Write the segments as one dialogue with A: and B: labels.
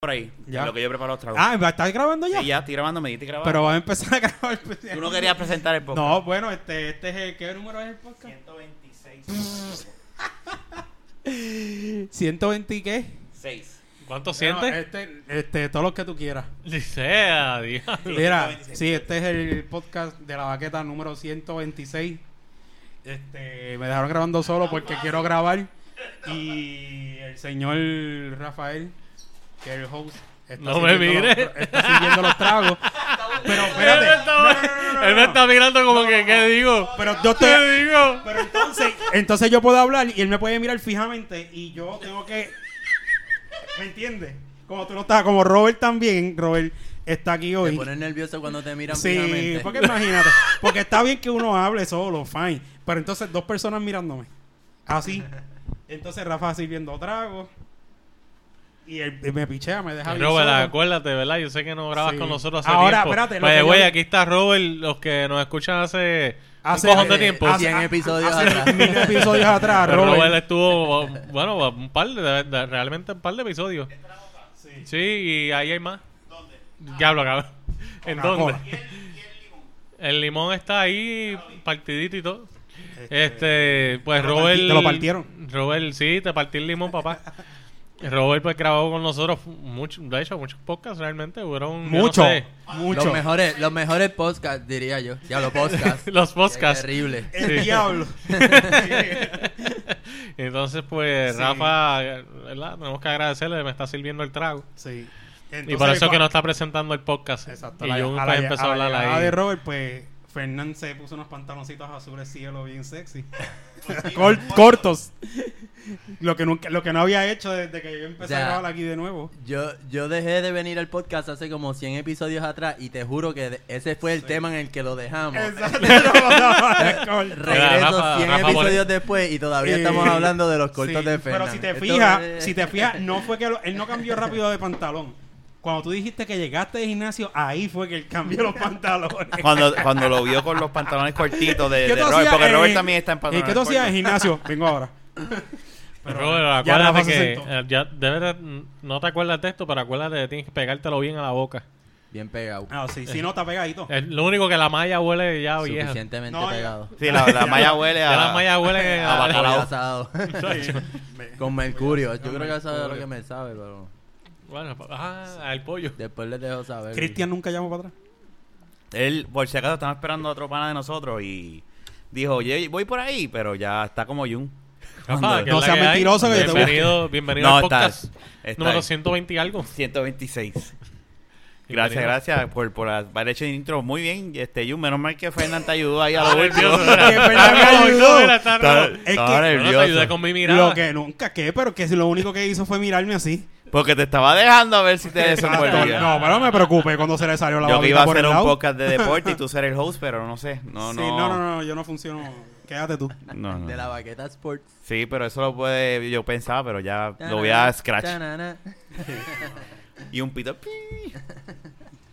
A: por ahí.
B: Ya.
A: En lo que yo preparo los tragos.
B: Ah, ¿estás grabando ya?
A: Sí, ya estoy grabando, me dijiste grabar.
B: Pero vas a empezar a grabar.
A: Tú no querías presentar el podcast.
B: No, bueno, este, este es el, ¿qué número es el podcast?
A: 126.
B: 120 y qué?
A: 6.
C: ¿Cuánto
B: Bueno,
C: sientes?
B: este, este, todo lo que tú quieras.
C: Dice, adiós.
B: Mira,
A: 126.
B: sí, este es el podcast de la baqueta número 126. Este, me dejaron grabando solo porque quiero grabar. Y el señor Rafael, que es el host, está
C: No me
B: sirviendo los-
C: mire.
B: está sirviendo los tragos. Pero espérate.
C: Él me está,
B: No, no, no, no, no,
C: él me
B: no.
C: está mirando como que, ¿qué digo?
B: Pero yo
C: ¿Qué
B: te
C: digo?
B: Pero entonces, entonces yo puedo hablar y él me puede mirar fijamente y yo tengo que. ¿Me entiendes? Como tú no estás, como Robert también, Robert está aquí
D: Te
B: hoy.
D: pones nervioso cuando te miran
B: Sí,
D: fijamente.
B: porque imagínate, porque está bien que uno hable solo, fine, pero entonces dos personas mirándome, así. Entonces Rafa sirviendo trago y él me pichea, me deja bien
C: Robert,
B: solo.
C: acuérdate, ¿verdad? Yo sé que no grabas
B: Sí.
C: con nosotros hace
B: Ahora,
C: tiempo.
B: espérate, lo
C: By the
B: que yo-
C: way, aquí está Robert, los que nos escuchan hace,
B: Hace-
C: un cojón de
B: eh,
C: tiempo.
B: hace-
D: 100 episodios
B: hace
D: atrás.
B: mil episodios atrás,
C: Pero Robert.
B: Robert.
C: estuvo, bueno, un par de, de- realmente un par de episodios. Sí, y ahí hay más. ¿Dónde? Diablo, cabrón.
B: Ah,
C: ¿En dónde?
B: Coca-Cola.
C: El limón está ahí, partidito y todo. Este, pues
B: te lo
C: Robert.
B: partí- te lo partieron.
C: Robert, sí, te partí el limón, papá. Robert, pues grabó con nosotros mucho, de hecho, muchos podcasts realmente. Fueron. yo no
B: Mucho,
C: sé,
B: mucho.
D: Los mejores, los mejores podcasts, diría yo. Ya los podcasts.
C: los podcasts.
D: Terrible.
B: El
C: Sí.
B: diablo.
C: Entonces, pues,
B: Sí.
C: Rafa, ¿verdad? Tenemos que agradecerle, me está sirviendo el trago.
B: Sí.
C: y por
B: Entonces,
C: eso que
B: cua-
C: no está presentando el podcast.
B: Exacto.
C: Y
B: la-
C: yo
B: a
C: pues,
B: la-
C: empezó a,
B: la
C: hablar
B: llegada
C: ahí.
B: de Robert, pues Fernán se puso unos pantaloncitos azules cielo bien sexy. Cor- cortos. Lo que, nunca, lo que no había hecho desde que yo empecé
D: Ya.
B: a grabar aquí de nuevo.
D: Yo, yo dejé de venir al podcast hace como 100 episodios atrás y te juro que de- ese fue el tema en el que lo dejamos.
B: Exacto. No, no, no, corto.
C: Mira,
D: Regreso
C: Rafa-
D: 100
C: Rafa,
D: episodios después y todavía estamos
B: Sí.
D: hablando de los cortos
B: Sí,
D: de Fernan.
B: Pero si te
D: Esto
B: fijas,
D: es-
B: si te fijas, no fue que lo- él no cambió rápido de pantalón. Cuando tú dijiste que llegaste de gimnasio, ahí fue que él cambió los pantalones.
A: Cuando, cuando lo vio con los pantalones cortitos de,
B: ¿Qué
A: de
B: tú
A: Robert,
B: hacías
A: porque Robert
B: en-
A: también está en
B: ¿Y
A: pantalones
B: qué tú hacías en
A: cortos.
B: gimnasio? Vengo ahora.
C: Pero,
B: ya Rafa
C: acuérdate
B: se
C: que.
B: sentó.
C: eh, ya, de verdad, no te acuerdas de esto, pero acuérdate que tienes que pegártelo bien a la boca.
D: Bien pegado.
B: Ah, sí, sí, no, está pegadito.
C: Es lo único que la malla huele ya vieja. Ya
D: Suficientemente
B: No, ya-
D: pegado.
A: Sí, la, la malla huele a...
C: la malla huele
A: a
C: a,
A: bacalao.
D: Abrazado. Con mercurio. Yo creo que eso es lo que me sabe, pero
C: Bueno, pa- ah, al pollo.
D: después les dejo saber.
B: Cristian nunca llamó para atrás.
A: Él, por si acaso, estaba esperando a otro pana de nosotros y dijo, oye, voy por ahí, pero ya está como Jun.
C: Rafa, que
B: No
C: es la
B: sea
C: que hay.
B: mentiroso que yo te busque.
C: Bienvenido, bienvenido
A: No,
C: al
A: está-
C: podcast
A: está
C: número
A: ahí.
C: 120 y algo.
A: 126. Gracias,
C: Bienvenido.
A: gracias por, por haber hecho el intro muy bien. Este, Jun, menos mal que Fernan te ayudó ahí a lo
C: Está
A: último.
C: nervioso, mira.
B: Que Fernan me
C: Está rojo,
B: ayudó.
C: mira, está
A: Estaba-
C: rojo.
A: estaba
B: que-
C: No, no te ayudé
A: nervioso.
C: con mi mirada.
B: Lo que nunca, ¿qué? Pero que si lo único que hizo fue mirarme así.
A: Porque te estaba dejando a ver si te desenvolvías.
B: No, pero no me preocupe cuando se le salió la
A: Yo que iba a
B: por
A: hacer
B: el
A: un
B: lado.
A: podcast de deporte y tú ser el host, pero no sé. No,
B: Sí,
A: no.
B: no, no, no, yo no funciono. Quédate tú.
A: No, no.
D: De la baqueta Sports.
A: Sí, pero eso lo puede. Yo pensaba, pero ya lo voy a scratch.
D: Tanana.
A: Y un pito. pi.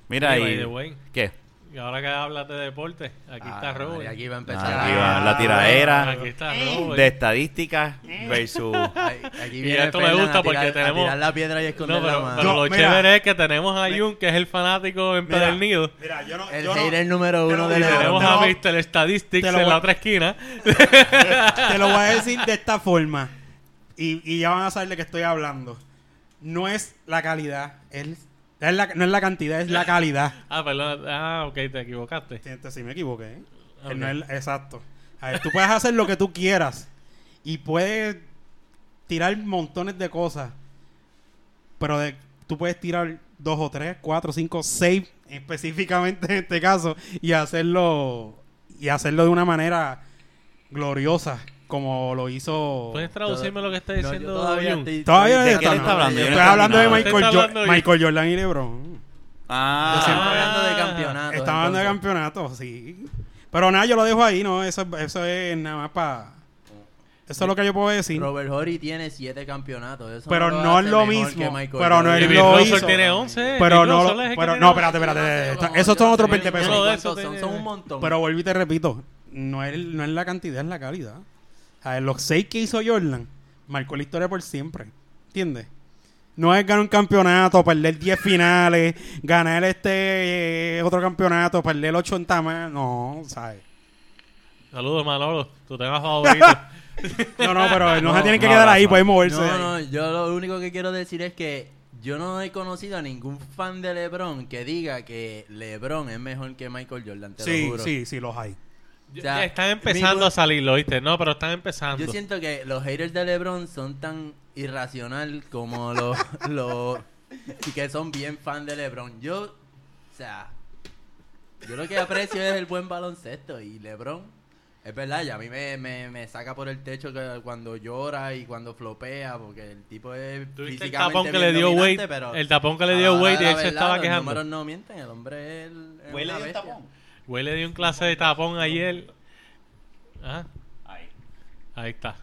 A: Mira
C: Mira, by the
A: ahí.
C: way,
A: ¿Qué?
C: Y ahora que hablas de deporte, aquí está
D: Ah,
C: Robert.
D: y aquí va a empezar. Ah,
A: Aquí
D: la-
A: va la tiradera
C: Aquí está
A: de
C: Robert.
A: estadísticas versus.
D: Ay, Aquí
C: Y
D: viene
C: esto me
D: Fernan
C: gusta
D: a tirar-
C: porque
D: a
C: tenemos-
D: tirar la piedra y esconder
C: No,
D: la
C: pero,
D: mano.
C: pero
B: Yo-
C: lo
B: mira.
C: chévere es que tenemos a Jun, que es el fanático empedernido.
B: Mira, yo no.
D: El
B: yo no-
D: hater número
B: te
D: uno
B: lo-
D: de
B: te
D: la-
B: lo-
C: Tenemos
B: te
C: a
B: lo-
C: Mr. Statistics
B: te lo
C: en
B: voy-
C: la otra esquina.
B: Te lo voy a decir de esta forma. Y, y ya van a saber de qué estoy hablando. No es la calidad. Es, es la, no es la cantidad, es la calidad.
C: Ah, perdón. Ah, ok, te equivocaste.
B: Siente, sí me equivoqué. ¿eh?
C: Ok.
B: No es- exacto. A ver, tú puedes hacer lo que tú quieras y puedes tirar montones de cosas, pero de- tú puedes tirar dos o tres, cuatro, cinco, seis específicamente en este caso y hacerlo y hacerlo de una manera gloriosa como lo hizo.
C: ¿Puedes traducirme lo que está
D: No, yo
C: diciendo
D: todavía
C: Jun?
D: estoy-
B: Todavía
A: ¿De
B: no
A: quién
B: está-
A: está hablando? Yo no
B: Estoy
A: estoy
B: hablando de
A: hablando.
B: Michael,
C: Usted está
B: Jo-
C: hablando de-
B: Michael Jordan y LeBron.
D: Yo siempre
A: Ah,
D: hablando de
C: Ah.
D: campeonato.
B: Estaba hablando de campeonato, sí. Pero nada, yo lo dejo ahí, ¿no? Eso, eso es nada más para... Eso es lo que yo puedo decir.
D: Robert Horry tiene siete campeonatos. eso
B: Pero
D: lo
B: no es
D: hace
B: lo
D: mejor
B: mismo,
D: que Michael
B: pero no
C: Y
B: él
D: Jordan.
C: Bill
B: lo
C: Russell
B: hizo.
C: tiene 11.
B: pero
C: Bill
B: no,
C: Russell Eh, es el que
B: pero
C: tiene
B: no,
C: 11.
B: espérate, espérate. espérate. Esos son otros 20
C: Uno
B: pesos.
C: de
D: ¿Cuántos
C: esos
D: son?
C: tiene-
D: Son un montón.
B: Pero vuelvo y te repito, no es, no es la cantidad, es la calidad. A ver, los seis que hizo Jordan, marcó la historia por siempre. ¿Entiendes? No es ganar un campeonato, perder 10 finales, ganar este eh, otro campeonato, perder 80 más. No, ¿sabes?
C: Saludos, Manolo. Tu tema favorito.
B: No, no, pero no, se
D: No,
B: tienen que
A: no,
B: quedar
A: no,
B: ahí,
A: no.
B: pueden moverse.
D: No,
B: de ahí.
D: no, yo lo único que quiero decir es que yo no he conocido a ningún fan de LeBron que diga que LeBron es mejor que Michael Jordan, te lo
B: sí,
D: juro.
B: sí, sí, los hay.
C: Ya,
D: sea,
C: ya están empezando
D: ningún-
C: a salir, ¿lo viste? No, pero están empezando.
D: Yo siento que los haters de LeBron son tan irracional como los, los y que son bien fan de LeBron. Yo, o sea, yo lo que aprecio es el buen baloncesto y LeBron, es verdad, y a mí me, me, me saca por el techo que- cuando llora y cuando flopea porque el tipo es
C: Tuviste el
D: físicamente
C: tapón que
D: bien
C: le dio
D: dominante,
C: Wade.
D: pero
C: El tapón que
D: a
C: le
D: la
C: dio
D: hora
C: Wade
D: de
C: y
D: la
C: él se
D: verdad,
C: estaba
D: los
C: quejando.
D: números no mienten, el hombre es el- es
A: Güey, le
D: una
A: dio el
D: bestia.
A: tapón.
C: Güey le dio un clase de tapón ayer. Ah. Ajá,
A: Ahí.
C: ahí está.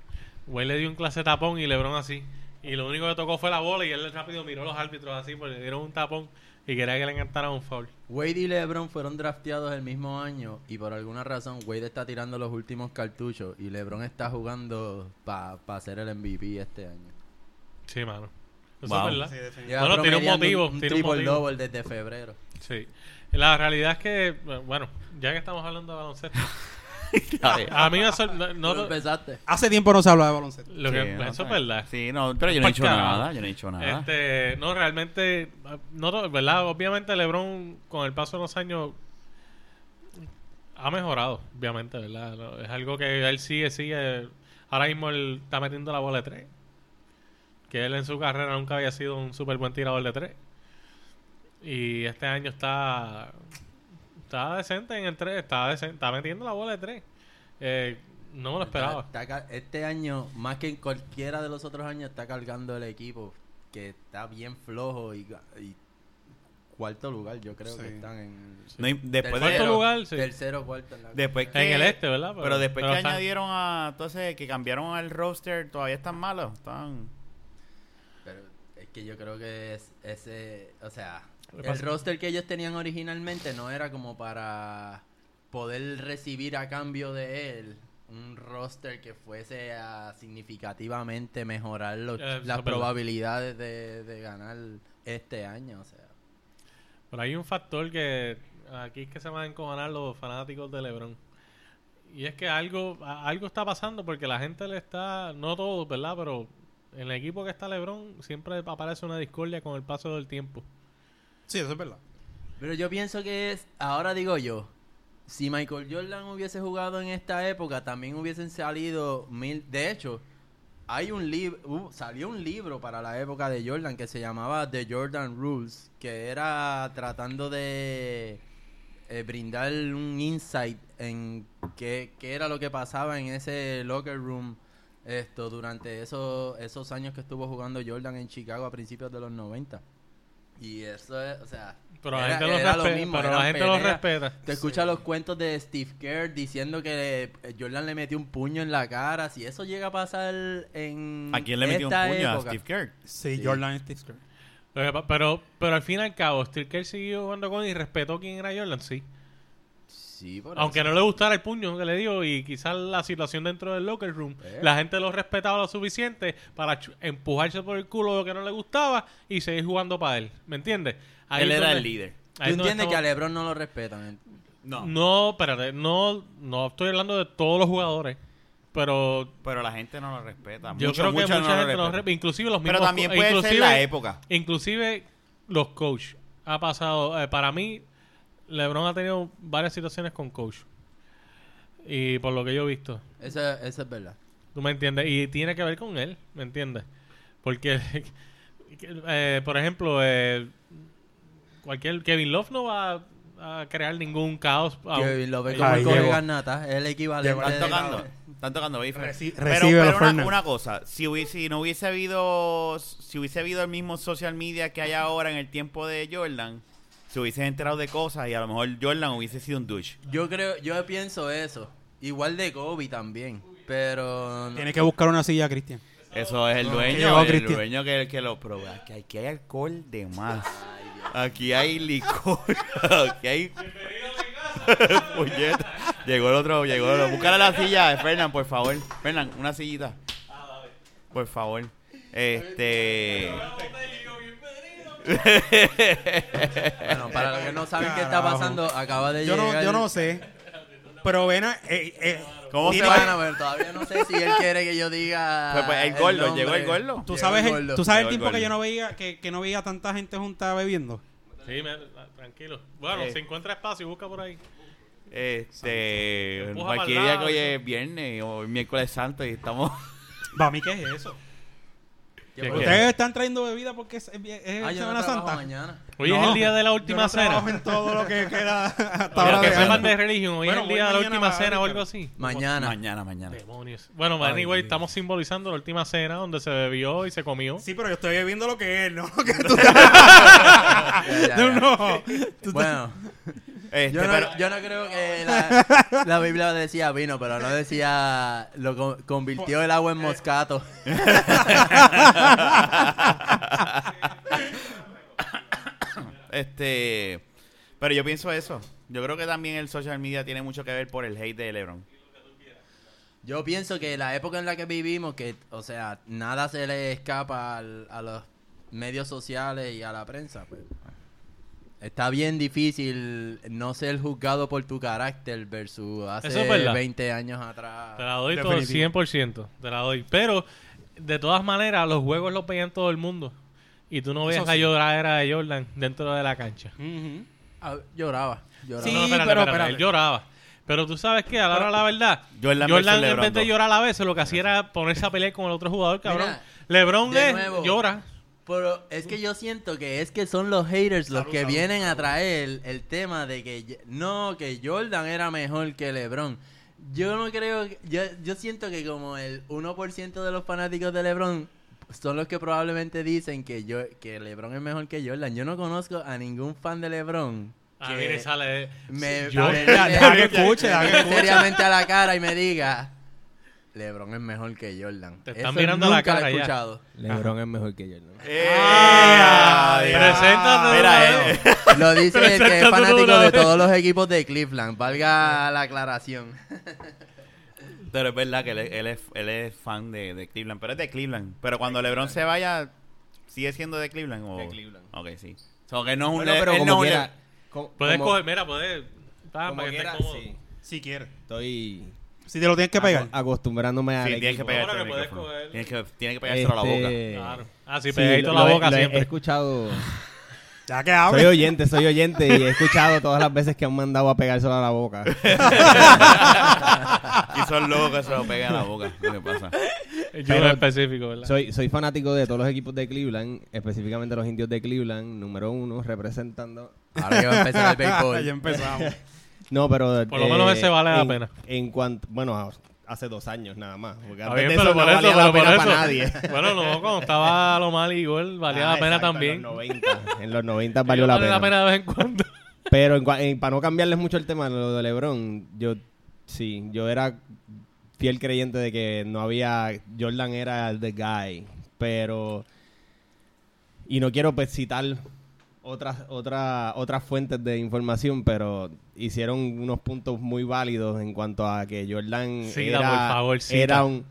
C: Güey le dio un clase de tapón y Lebron así. Y lo único que tocó fue la bola y él rápido miró a los árbitros así porque le dieron un tapón y quería que le encantaran un foul.
D: Wade y LeBron fueron drafteados el mismo año y por alguna razón Wade está tirando los últimos cartuchos y LeBron está jugando para ser el MVP este año.
C: Sí, mano. Eso
A: Wow.
C: es verdad.
D: Lleva
C: Bueno, tiene un
D: promediando
C: motivo,
D: Un
C: tiene un
D: triple
C: motivo.
D: double desde febrero.
C: Sí. La realidad es que, bueno, ya que estamos hablando de baloncesto, a mí me sor- no-
D: No
C: no-
D: lo empezaste.
B: Hace tiempo no se habla de baloncesto.
C: lo que,
A: no,
C: eso es
A: está-
C: verdad.
A: Sí, no, pero yo no he dicho
C: Pa'l carajo.
A: nada, yo no he dicho nada.
C: Este, no, realmente, no, to- ¿verdad? Obviamente LeBron con el paso de los años ha mejorado, obviamente, ¿verdad? No, Es algo que él sigue, sigue. Ahora mismo él está metiendo la bola de tres. Que él en su carrera nunca había sido un súper buen tirador de tres. Y este año está está decente en el tres, está, decen- está metiendo la bola de tres. Eh, no me lo esperaba.
D: Está- está ca- este año, más que en cualquiera de los otros años, está cargando el equipo que está bien flojo y, y cuarto lugar, yo creo
B: Sí.
D: que están en...
A: No, y después,
C: Cuarto
A: de,
D: tercero,
C: lugar, sí.
D: Tercero, cuarto. en la-
A: después que,
C: En el este, ¿verdad?
A: Pero, después que
C: está-
A: añadieron a. Entonces, que cambiaron al roster, todavía están malos. Están.
D: Pero es que yo creo que es ese, o sea,
C: ¿Qué
D: el
C: pasa?
D: roster que ellos tenían originalmente no era como para poder recibir a cambio de él un roster que fuese a significativamente mejorar los-
C: Eh, eso es
D: las
C: verdad.
D: probabilidades de, de ganar este año, o sea.
C: Pero hay un factor que aquí es que se van a encojonar los fanáticos de LeBron. Y es que algo a- algo está pasando porque la gente le está, no todos, ¿verdad? Pero en el equipo que está LeBron siempre aparece una discordia con el paso del tiempo.
B: Sí, eso es verdad.
D: Pero yo pienso que es, ahora digo yo, si Michael Jordan hubiese jugado en esta época, también hubiesen salido mil. De hecho, hay un libro, salió un libro para la época de Jordan que se llamaba The Jordan Rules, que era tratando de eh, brindar un insight en qué, qué era lo que pasaba en ese locker room esto durante esos, esos años que estuvo jugando Jordan en Chicago a principios de los 90. Y eso es, o sea,
C: Pero la
D: era-
C: gente, los,
D: era lo
C: respe-
D: mismo,
C: pero
D: eran
C: la gente los
D: peleas.
C: respeta.
D: Te escuchas los cuentos de Steve Kerr diciendo que eh, Jordan le metió un puño en la cara. Si eso llega a pasar en.
A: ¿A quién le metió un
D: esta
A: puño? A
D: época,
A: Steve Kirk.
B: Sí,
D: Sí.
B: Jordan Steve Kerr.
C: Lo que pa- Pero, pero al fin y al cabo, Steve Kerr siguió jugando con y respetó quién era Jordan, sí.
D: Sí, por
C: Aunque
D: eso.
C: no le gustara el puño que le dio y quizás la situación dentro del locker room,
D: Eh.
C: la gente lo respetaba lo suficiente para chu- empujarse por el culo lo que no le gustaba y seguir jugando para él. ¿Me entiendes? Ahí
A: Él
C: es
A: era
C: donde-
A: el líder.
C: ahí
D: Tú
C: es donde
D: entiendes que a
C: estamos-
D: LeBron no lo respetan. ¿eh?
A: No.
C: No, espérate, no, no estoy hablando de todos los jugadores, pero
A: Pero la gente no lo respeta.
C: yo
A: Mucho,
C: creo que
A: mucho
C: mucha
A: no
C: gente
A: lo
C: no
A: respeta.
C: respeta, inclusive los mismos
A: Pero también
C: co-
A: puede ser
C: inclusive-
A: la época.
C: Inclusive los coach ha pasado, eh, para mí, LeBron ha tenido varias situaciones con coach. Y por lo que yo he visto.
D: Eso, eso es verdad.
C: ¿Tú me entiendes? Y tiene que ver con él, ¿me entiendes? Porque, eh, por ejemplo, eh, cualquier Kevin Love no va a, a crear ningún caos. a un-
D: Kevin Love es
B: ahí
D: como el coge
B: llegó.
D: garnata. Es el equivalente.
A: Están
D: de-
A: tocando. Están tocando, Bife.
B: Reci-
A: pero
B: recibe los
A: pero una,
B: Fernández.
A: una cosa. Si, hubi- si no hubiese habido. Si hubiese habido el mismo social media que hay ahora en el tiempo de Jordan, se hubiesen enterado de cosas y a lo mejor Jordan hubiese sido un douche.
D: Yo creo, yo pienso eso. Igual de Kobe también. Pero. no-
B: Tiene que buscar una silla, Cristian.
A: Eso es el
B: que llegó
A: dueño, el
B: Cristian.
A: dueño que, que lo prueba. Aquí, aquí hay alcohol de más. Aquí hay licor. Aquí hay. Puñeta. Llegó el otro, llegó el otro. Búscale la silla, eh, Fernán, por favor. Fernán, una sillita. Por favor. Este.
D: Bueno, para los que no saben qué está
B: Carajo.
D: pasando, acaba de
B: Yo no,
D: llegar.
B: yo no sé. Pero ven a- eh, eh,
A: ¿Cómo se
D: Sí,
A: va?
D: van a ver, todavía no sé si él quiere que yo diga.
A: Pues, pues, el gordo,
D: nombre.
A: llegó el gordo.
B: ¿Tú
D: Llegó
B: sabes
D: el
B: el,
D: gordo.
B: ¿tú sabes el
A: Llegó el
B: tiempo que
A: gordo.
B: yo no veía que, que no veía tanta gente junta bebiendo?
C: Sí, me- tranquilo. Bueno,
A: Eh.
C: si encuentra espacio, busca por ahí.
A: Este,
C: Empuja
A: cualquier
C: pa'l
A: día que
C: lado,
A: hoy
C: eso.
A: es viernes o miércoles santo y estamos...
B: Para mí, ¿qué es eso?
C: ¿Qué?
B: ¿Ustedes están trayendo bebida porque es, es- es
D: Ah, yo no
B: Semana
D: trabajo
B: Santa?
D: mañana.
C: Hoy
B: No,
C: es el día de la
B: Yo
C: última
B: no
C: cena.
B: trabajo en todo lo que queda hasta
C: Para
B: ahora
C: los que
B: de
C: sepan
B: año.
C: de religión, hoy
B: Bueno,
C: es el
B: voy
C: día de la
B: mañana
C: última
B: a ver,
C: cena o
B: pero-
C: algo así.
D: Mañana.
A: Mañana, mañana.
C: Demonios. Bueno,
B: Ay,
C: anyway,
B: Dios.
C: estamos simbolizando la última cena donde se bebió y se comió.
B: Sí, pero yo estoy bebiendo lo que es, ¿no? Que tú-
D: Ah, Ya, ya,
B: no,
D: ya.
B: no.
D: Bueno,
A: Este,
D: yo
A: pero-
D: no, yo no creo que la, la Biblia decía vino, pero no decía. Lo con- convirtió el agua en moscato.
A: Este, pero yo pienso eso. Yo creo que también el social media tiene mucho que ver por el hate de LeBron.
D: Yo pienso que la época en la que vivimos, que, o sea, nada se le escapa al- a los medios sociales y a la prensa, pues. Está bien difícil no ser juzgado por tu carácter versus hace
C: Eso es verdad.
D: 20 años
C: Te
D: atrás.
C: la doy todo
B: Definitivo.
C: 100%. Te la doy. Pero, de todas maneras, los juegos los veían todo el mundo. Y tú no veías la lloradera de Jordan dentro de la cancha.
B: Ujú.
D: Ah, lloraba, lloraba.
B: Sí,
C: No, no, espérate,
B: pero-
C: espérate,
B: espérate.
C: Él lloraba. Pero tú sabes que a la hora de la verdad,
A: Jordan
C: Jordan,
A: versus
C: en vez de
A: LeBron,
C: llorar a veces, lo que hacía era ponerse a pelear con el otro jugador, cabrón.
D: Mira,
C: LeBron
D: de
C: es-
D: nuevo.
C: llora.
D: Pero es que yo siento que es que son los haters los
B: Salud,
D: que
B: salud,
D: vienen a traer el tema de que ye- no, que Jordan era mejor que LeBron. Yo no creo, que- yo, yo siento que como el 1% de los fanáticos de LeBron son los que probablemente dicen que yo que LeBron es mejor que Jordan. Yo no conozco a ningún fan de LeBron.
C: A
D: que
C: mí me sale.
D: me-
C: Yo-
D: me-
B: Ya, deja que
D: me-
B: escuche,
D: me
B: deja que
D: mire
B: escuche.
D: seriamente a la cara y me diga LeBron es mejor que Jordan.
C: Te están
D: Eso
C: mirando a la
D: nunca lo he
C: cara ya.
D: escuchado.
E: LeBron es mejor que Jordan.
A: ¡Eh!
B: Ah,
A: Dios!
C: preséntate
A: Eh, Mira,
C: de
A: eh,
D: Lo dice el que es
C: Preséntate
D: fanático
C: una
D: de
C: vez.
D: todos los equipos de Cleveland. Valga la aclaración.
A: pero es verdad que él, es- él es, él es fan de, de Cleveland, pero es de Cleveland. Pero cuando LeBron se vaya, ¿sigue siendo de Cleveland? O...
E: De Cleveland.
A: Ok, sí. O sea, que no es un
E: Bueno,
A: Le-
E: pero
A: él
E: como
A: no es un
E: quiera.
A: Le-
E: co-
C: Puedes
E: como-
C: coger, mira, puedes. pa,
E: como
C: para que estés
E: quiera,
C: cómodo.
E: sí.
B: Si quieres.
E: Estoy
B: Si te lo
D: Ah,
B: tienes que pegar.
E: aco- acostumbrándome a.
A: Sí, tienes que pegarte
C: Ahora
A: el
C: que puedes
A: micrófono.
C: coger.
A: Tienes que, tienes que pegárselo a la boca.
C: Claro. Ah, sí, pegadito la boca
E: Este, He
C: siempre.
E: escuchado.
B: Ya que
E: Soy
B: hablo.
E: oyente, soy oyente y he escuchado todas las veces que han mandado a pegárselo a la boca. Este.
A: Y son locos, se lo pegan a la boca. ¿Qué le pasa?
C: Yo
E: Pero-
C: en específico, ¿verdad?
E: Soy, soy fanático de todos los equipos de Cleveland, específicamente los indios de Cleveland, número uno, representando.
D: Ahora que va a empezar el
B: Ya
D: béisbol.
B: empezamos.
E: No, pero. eh,
C: Por lo menos ese vale la
E: en-
C: pena.
E: En cuanto. Bueno, a- hace dos años nada más. porque
C: Está
E: antes
C: bien,
E: de
C: pero
E: eso
C: por
E: no
C: eso, pero
E: valía la
C: por
E: pena para
C: eso.
E: nadie.
C: Bueno, no, cuando estaba lo mal igual, valía
E: Ah,
C: la pena
E: exacto,
C: también.
E: En los 90, en los 90 valió la
C: Vale
E: pena.
C: de vez en cuando.
E: Pero en cua- en- para no cambiarles mucho el tema, lo de LeBron, yo sí, yo era fiel creyente de que no había Jordan era the guy, pero y no quiero pues, citar otras otras otras fuentes de información, pero hicieron unos puntos muy válidos en cuanto a que Jordan
C: Cita,
E: era
C: por favor, cita.
E: era un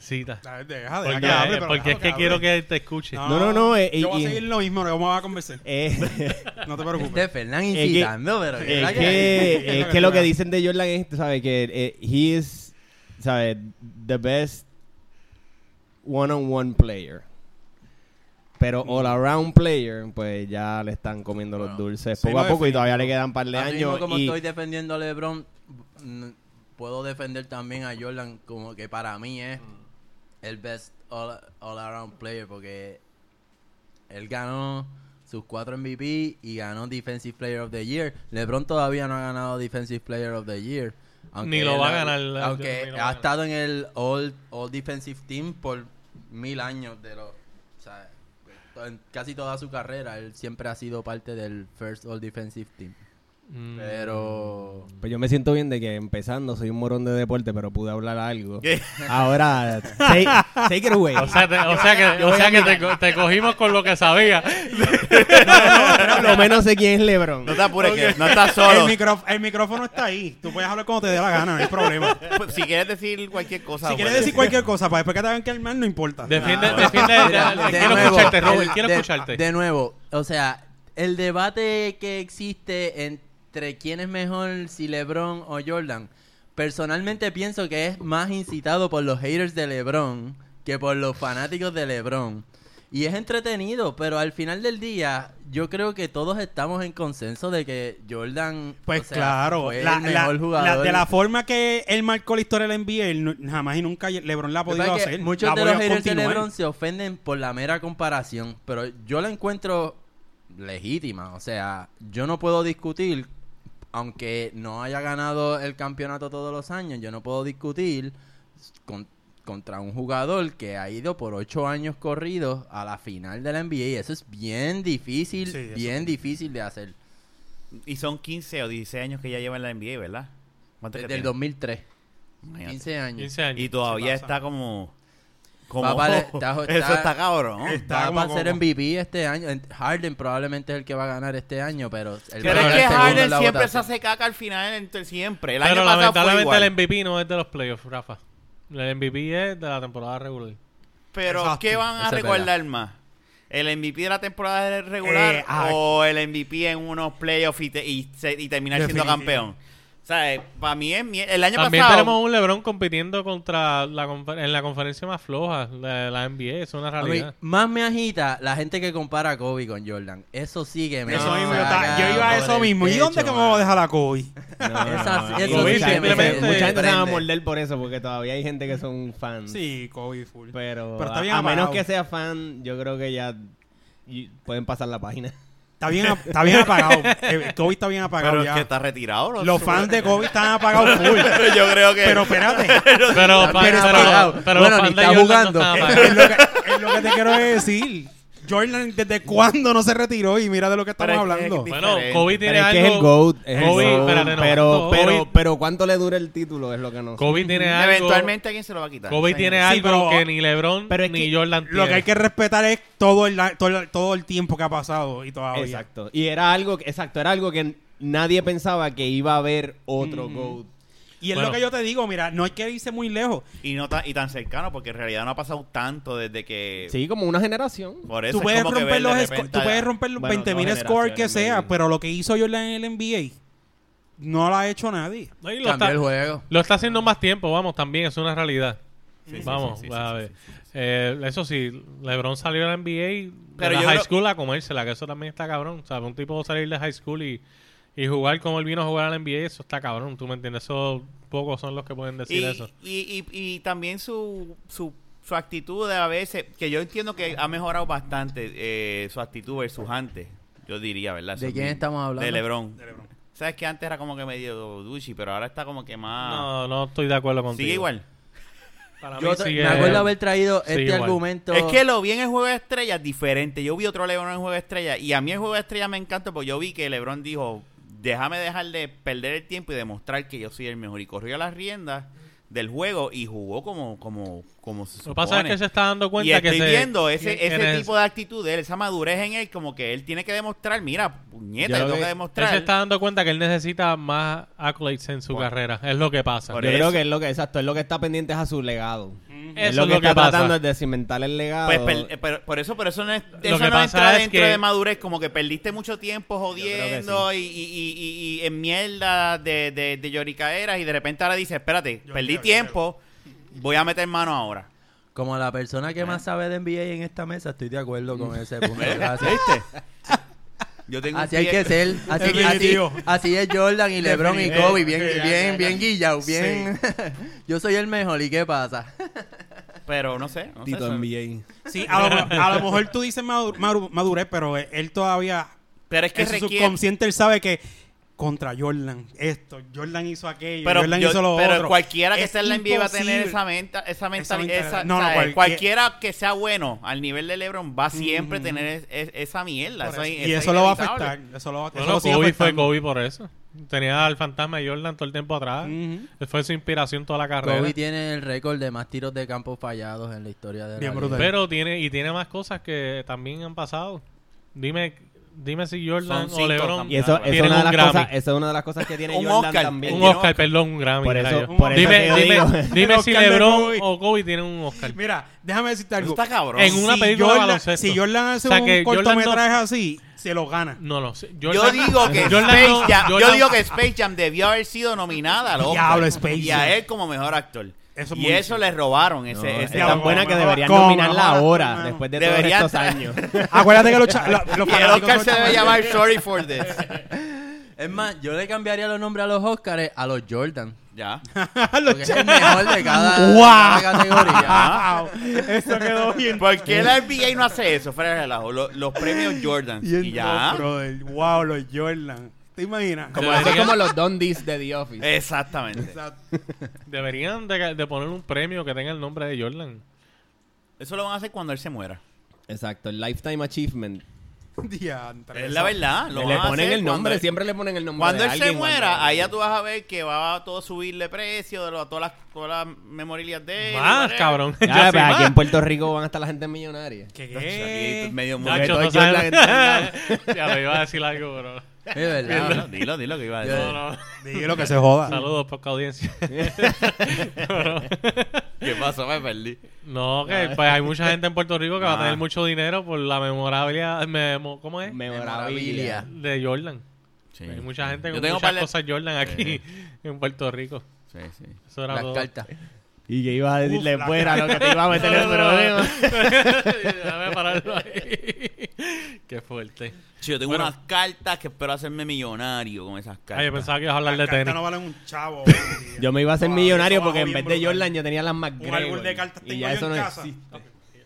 C: Cita.
B: Ya, Deja, deja
C: Porque,
B: que hable. pero
C: porque
B: déjalo
C: es que quiero
B: hable.
C: que te escuche.
E: No, no, no, eh,
B: yo voy
E: y-
B: a seguir lo mismo, no vamos a conversar.
E: eh,
B: No te preocupes.
D: Este Fernán
E: que-
D: incitando, pero ¿qué es
E: Es
D: la
B: Es lo
E: Eh, que, es
B: que
E: que lo
B: tú
E: que
B: ves.
E: dicen de Jordan es, tú sabes, que eh, he is, sabes, the best one-on-one player. Pero all-around player, pues ya le están comiendo los
D: Bueno,
E: dulces
B: sí,
E: poco
B: no,
E: a poco y
B: definitivo.
E: todavía le quedan un par de
D: Así mismo
E: años.
D: como
E: y-
D: estoy defendiendo a LeBron, mm, puedo defender también a Jordan como que para mí es
E: Mm.
D: el best all, all around player porque él ganó sus cuatro MVP y ganó Defensive Player of the Year. LeBron todavía no ha ganado Defensive Player of the Year.
C: Ni lo
D: él
C: va a
D: ha-
C: ganar,
D: Aunque
C: ni lo va a
D: ha
C: ganar.
D: estado en el All, all Defensive Team por mil años de los... o sea, en casi toda su carrera él siempre ha sido parte del First All Defensive Team.
C: Mm.
D: Pero.
E: Pues yo me siento bien de que empezando soy un morón de deporte, pero pude hablar algo. Ahora, take, take it away.
C: O sea, te- o sea que, o sea que te, co- te cogimos con lo que sabía.
E: Por lo menos sé quién es LeBron.
A: No te apures, que no estás
B: El,
A: solo.
B: micróf- el micrófono está ahí. Tú puedes hablar cuando te dé la gana, no hay problema.
D: Ah,
A: Pues, Si quieres decir cualquier cosa.
B: Si quieres
A: pues,
B: decir cualquier cosa, para después que te hagan calmar, no importa.
C: Defiende,
A: Ah,
C: defiende.
D: Mira,
C: de-
D: de
C: quiero
D: nuevo,
C: escucharte,
D: el-
C: Robert. Quiero
D: de-
C: escucharte.
D: De nuevo, o sea, el debate que existe entre quién es mejor, si LeBron o Jordan, personalmente pienso que es más incitado por los haters de LeBron que por los fanáticos de LeBron. Y es entretenido, pero al final del día, yo creo que todos estamos en consenso de que Jordan.
B: Pues
D: o sea,
B: claro,
D: fue
B: la-
D: el
B: la-
D: mejor
B: la-
D: jugador.
B: de la forma que él marcó la historia del NBA, él nu- jamás y nunca LeBron la ha
D: Lo que pasa
B: podido
D: es que
B: hacer.
D: Muchos
B: La ha
D: de los
B: podido
D: haters de
B: continuar.
D: LeBron se ofenden por la mera comparación, pero yo la encuentro legítima. O sea, yo no puedo discutir, aunque no haya ganado el campeonato todos los años, yo no puedo discutir con- contra un jugador que ha ido por ocho años corridos a la final de la NBA. Eso es bien difícil,
B: Sí, eso
D: bien difícil de hacer.
A: Y son 15 o 16 años que ya lleva en la NBA, ¿verdad? ¿Cuánto
D: Desde
A: que
D: el
A: tiene?
D: 2003,
A: Imagínate.
D: 15 años.
C: 15 años.
A: Y todavía
B: Se pasa.
A: está como... como
D: Papá, le- está-
A: eso
D: está-
A: está cabrón.
B: Está
D: Va
B: como-
D: a ser
B: como-
D: MVP este año. En- Harden probablemente es el que va a ganar este año, pero... El
A: Pero
D: va a
A: es
D: ser
A: que
D: segundo en
A: Harden
D: la
A: siempre se
D: votación.
A: hace caca al final, entre siempre. El
C: Pero
A: año pasado fue
C: lamentablemente
A: igual.
C: el MVP no es de los playoffs, Rafa. El MVP es de la temporada regular.
A: Pero
B: Exacto.
A: ¿qué van a
D: Eso es
A: recordar más? ¿El MVP de la temporada regular
B: Eh, ah.
A: o el MVP en unos playoffs y, te- y se- y terminar siendo
B: Definitivo.
A: campeón? O sea, eh, para mí es mie- el año
C: También
A: pasado.
C: tenemos un LeBron compitiendo contra la confer- en la conferencia más floja, la, la NBA. Eso es una
D: A mí,
C: realidad.
D: más me agita la gente que compara a Kobe con Jordan. Eso sí que me
B: Eso
D: saca
B: mismo, yo, ta- yo iba a
D: por
B: eso
D: el
B: mismo. ¿Y
D: techo,
B: dónde que me
D: mano.
B: voy a dejar a Kobe?
E: No, no, no,
D: Esas-
E: no.
D: eso
E: Y
C: sí
E: mucha,
C: que
E: gente,
C: me-
E: mucha gente se va a
D: prende.
E: morder por eso, porque todavía hay gente que son fans.
B: Sí, Kobe full.
D: Pues
E: Pero,
B: Pero está
E: a-
B: bien
E: a,
B: apagado.
E: menos que sea fan, yo creo que ya y- pueden pasar la página.
B: Está bien, ap- está bien apagado. Eh, Kobe está bien apagado
A: Pero es
B: ya.
A: que está retirado. bro.
B: Los fans de Kobe están apagados full.
A: Yo creo que...
B: Pero pues, espérate,
C: Pero, pero,
D: bien apagado.
C: pero
D: Bueno,
C: los
D: ni
C: fans de
D: está
C: Jordan no
D: jugando.
C: están apagados.
B: es lo, que, es lo que te quiero decir. Jordan, ¿desde cuándo no se retiró? Y mira de lo que estamos
A: Pero es que-
B: hablando.
A: es
C: Bueno,
A: Diferente.
C: Kobe tiene
E: Pero es
C: algo.
E: que es el GOAT. Es el
C: Kobe,
E: GOAT,
C: espérate, no.
E: pero,
C: Kobe-
E: pero, pero cuánto le dura el título es lo que no sé.
C: Kobe tiene algo.
A: Eventualmente alguien se lo va a quitar.
C: Kobe
A: Sí.
C: tiene
B: Sí,
C: algo
B: pero-
C: que ni LeBron
E: pero es
C: ni
E: que
C: Jordan
B: Lo que hay
C: tienen.
B: que respetar es todo el, todo el, todo el tiempo que ha pasado y todavía.
E: Exacto. Y era algo, que- exacto, era algo que nadie pensaba que iba a haber otro GOAT.
B: Y es
C: Bueno.
B: lo que yo te digo, mira, no hay que irse muy lejos.
A: Y, no tan, y tan cercano, porque en realidad no ha pasado tanto desde que...
E: Sí, como una generación.
A: Por eso
B: Tú
A: es
B: puedes,
A: como que
B: romper
A: verle
B: los
A: de
B: sco-
A: repente
B: tú
A: a-
B: puedes romper los
E: Bueno,
B: 20.000
E: dos
B: scores que
E: generaciones,
B: sea,
E: maybe.
B: pero lo que hizo Jordan en el NBA no lo ha hecho nadie.
C: No, y lo
D: Cambió
C: está-
D: el juego.
C: Lo está haciendo más tiempo, vamos, también es una realidad.
A: Sí, sí,
C: vamos,
A: sí, sí,
C: a
A: sí,
C: ver.
A: sí, sí, sí.
C: Eh, eso sí, LeBron salió a la NBA,
A: Pero
C: pero
A: yo
C: la high
A: creo-
C: school a comérsela, que eso también está cabrón. O sea, un tipo salir de high school y, y jugar como él vino a jugar a la NBA, eso está cabrón, ¿tú me entiendes? Eso, pocos son los que pueden decir
A: y,
C: eso.
A: Y, y- y también su, su, su actitud de a veces, que yo entiendo que ha mejorado bastante eh, su actitud versus antes, yo diría, ¿verdad? Eso
D: ¿De
A: es
D: quién
A: bien-
D: estamos hablando?
A: De Lebron. Sabes que antes era como que medio duchi, pero ahora está como que más...
C: No, no estoy de acuerdo contigo.
A: Ah. Sigue igual.
C: Para
D: Yo
C: mí
D: te-
C: sigue-
D: me acuerdo haber traído
C: sí,
D: este
C: igual.
D: argumento.
A: Es que lo vi en el Juego de Estrellas diferente. Yo vi otro Lebron en el Juego de Estrellas y a mí el Juego de Estrellas me encanta porque yo vi que Lebron dijo, déjame dejar de perder el tiempo y demostrar que yo soy el mejor. Y corrió las riendas del juego y jugó como como como se
C: Lo que pasa es
A: supone.
C: que se está dando cuenta
A: y
C: que
A: estoy
C: se-
A: viendo ese,
C: en- en
A: ese
C: el-
A: tipo de actitud de él, esa madurez en él, como que él tiene que demostrar, mira, puñeta,
E: Yo
A: yo
E: lo
A: tengo que
E: que-
C: Él
A: demostrar.
C: se está dando cuenta que él necesita más accolades en su
A: Bueno.
C: carrera. Es lo que pasa.
E: Yo
A: Por
E: creo
A: eso.
E: que es lo que, exacto, es lo que está pendiente es a su legado.
C: Eso
E: es lo que, está
C: pasa.
E: tratando es de cimentar el legado.
A: Pues, per- eh, pero- por eso, por eso no, es- eso
C: que
A: no
C: pasa
A: entra
C: es
A: dentro
C: que-
A: de madurez, como que perdiste mucho tiempo jodiendo y, y- y- y- y en mierda de, de, de lloricaderas y de repente ahora dices, espérate, perdí tiempo, voy a meter mano ahora.
D: Como la persona que más sabe de NBA en esta mesa, estoy de acuerdo con ese punto. Gracias.
A: ¿Viste? Yo tengo un
D: Así hay
A: pie-
D: que ser. Así, así,
B: Definitivo.
D: así es Jordan y LeBron y
B: Definitivo.
D: Kobe. Bien,
B: Ok, ya,
D: bien,
B: ya,
D: bien
B: ya.
D: guillao.
B: Sí.
D: Bien. Yo soy el mejor. ¿Y qué pasa?
A: Pero no sé, no sé,
E: Tito
A: eso-
E: NBA.
B: Sí, a lo, a lo mejor tú dices madu- madu- madurez, pero él todavía,
A: Pero es que
B: en su
A: requiere...
B: subconsciente, él sabe que contra Jordan, esto, Jordan hizo aquello,
A: Pero,
B: Jordan
A: yo-
B: hizo lo
A: pero
B: otro.
A: cualquiera que
B: Es
A: esté en la NBA va a tener
B: imposible.
A: esa, menta, esa mentalidad.
B: mentalidad.
A: esa-
B: No, no,
A: o sea,
B: cualquier-
A: cualquiera que sea bueno al nivel de LeBron va siempre a tener es- es- esa mierda.
B: Por
A: eso
B: eso.
A: es-
B: Y
A: es
B: eso lo va a
A: inevitable.
B: afectar. Eso lo va, eso
C: Bueno,
B: lo sigue
C: Kobe fue
B: afectando.
C: Kobe por eso. Tenía al fantasma de Jordan todo el tiempo atrás.
B: Ujú.
C: Él Fue su inspiración toda la carrera.
D: Kobe tiene el récord de más tiros de campo fallados en la historia de la
B: Bien
D: liga.
B: brutal.
C: Pero tiene, y tiene más cosas que también han pasado. Dime, dime si
A: Son
C: Jordan o
A: cinco
C: LeBron
E: Y eso,
A: Tienen
E: eso, es una
C: un
E: de las
C: Grammy.
E: cosas, eso es una de las cosas que tiene
A: Un
E: Jordan
A: Oscar,
E: también.
C: Un
A: Tiene
C: Oscar,
A: Oscar.
C: perdón, un Grammy.
E: Por
C: era
E: eso-
C: yo.
E: por eso
C: dime
E: te
C: dime,
E: digo.
C: dime
B: Un
C: si
B: Oscar de
C: LeBron
B: Kobe.
C: o Kobe tienen un Oscar.
B: Mira, déjame decirte
A: Eso
B: algo.
A: está cabrón.
C: En una película de
B: Jordan-
C: baloncesto.
B: Si Jordan hace
C: O sea, que
B: un
C: Jordan
B: cortometraje así, se lo gana.
C: No, no. sí,
A: Yo
C: Jordan-
A: digo que
C: Jordan
A: Space
C: no-
A: Jam, yo
C: Jordan-
A: digo que Space Jam debió haber sido nominada al Oscar.
B: Diablo, Space
A: Y
B: Jam.
A: a él como mejor actor.
B: Eso es
A: y
B: muy
A: eso
B: difícil.
A: le robaron ese,
E: No, es
A: ese
B: ya,
E: tan
B: como
E: buena que
B: mejor
E: deberían
B: actor,
E: nominarla
B: mejor
E: ahora,
B: actor,
E: después de
A: Deberían-
E: todos estos años.
B: Acuérdate que los, cha- la- los
A: Y el
B: fanáticos
A: Oscar
B: son
A: se debe llamar
B: chamacos.
A: Sorry for this.
D: Es más, yo le cambiaría los nombres a los Oscars a los Jordan.
A: Ya.
D: Porque es el mejor de cada, de
B: ¡Guau!
D: cada categoría.
B: Eso quedó bien.
A: ¿Ah? ¿Por qué la NBA no hace eso? Fuera de relajo. Lo- Los, premios Jordan.
B: Bien
A: Y ya.
B: top, brother. Wow, los Jordan. ¿Te imaginas?
C: Yo
F: Eso es
C: diría-
F: como los Dundies de The Office.
E: Eh,
A: Exactamente.
C: Deberían de, de poner un premio que tenga el nombre de Jordan.
A: Eso lo van a hacer cuando él se muera.
E: Exacto, el Lifetime Achievement.
B: Diantre,
A: Es la
B: eso.
A: verdad. Lo
E: Le
A: van a
E: ponen
A: hacer
E: el nombre,
A: cuando-
F: Siempre le ponen el nombre
A: Cuando
F: de
A: él se
F: alguien,
A: muera,
F: cuando-
A: allá tú vas a ver que va a todo subirle precio de lo- a todas las, todas las memorias de él.
C: Más,
A: whatever.
C: cabrón. Yo
E: Ya,
C: soy
E: pues, aquí
C: más.
E: en Puerto Rico van a estar la gente millonaria.
A: Aquí,
B: ¿Qué?
A: Medio mundo.
E: Porque
C: Nacho,
E: todo
C: no
E: es Jordan
C: sabes-
E: en todos
C: Ya me iba a decir algo, bro.
D: Es verdad.
A: Dilo, dilo, dilo que iba a
C: No,
A: decir.
C: no.
B: Dilo que se joda.
C: Saludos, poca audiencia.
A: ¿Qué pasó? Me perdí.
C: No, que
E: eh.
C: pues hay mucha gente en Puerto Rico que va a tener mucho dinero por la memorabilia. memo- ¿Cómo es?
E: Memorabilia.
C: de Jordan.
A: Sí.
C: Hay mucha gente
A: Yo
C: con
A: tengo
C: muchas
A: par de-
C: cosas Jordan aquí en Puerto Rico.
A: Sí, sí.
C: Eso era
D: Las
C: todo.
D: cartas.
E: Y que ibas a
B: Uf, la
E: decirle fuera lo que te iba a meter
C: No, no,
E: el
C: no.
E: problema.
C: Déjame pararlo ahí. Qué fuerte.
A: Sí, yo tengo unas cartas que espero hacerme millonario con esas cartas.
C: Ay, Ah, yo pensaba que ibas a hablar de
B: Las cartas
C: tenis.
B: no valen un chavo.
E: Yo me iba a hacer
B: Wow,
E: millonario
B: eso
E: porque
B: bajó
E: en vez
B: bien
E: de
B: brutal.
E: Jordan yo tenía las
B: Un
E: McGregor.
B: árbol de cartas
E: y
B: tengo yo
E: ya eso
B: en
E: no
B: casa.
E: existe.
B: Ok.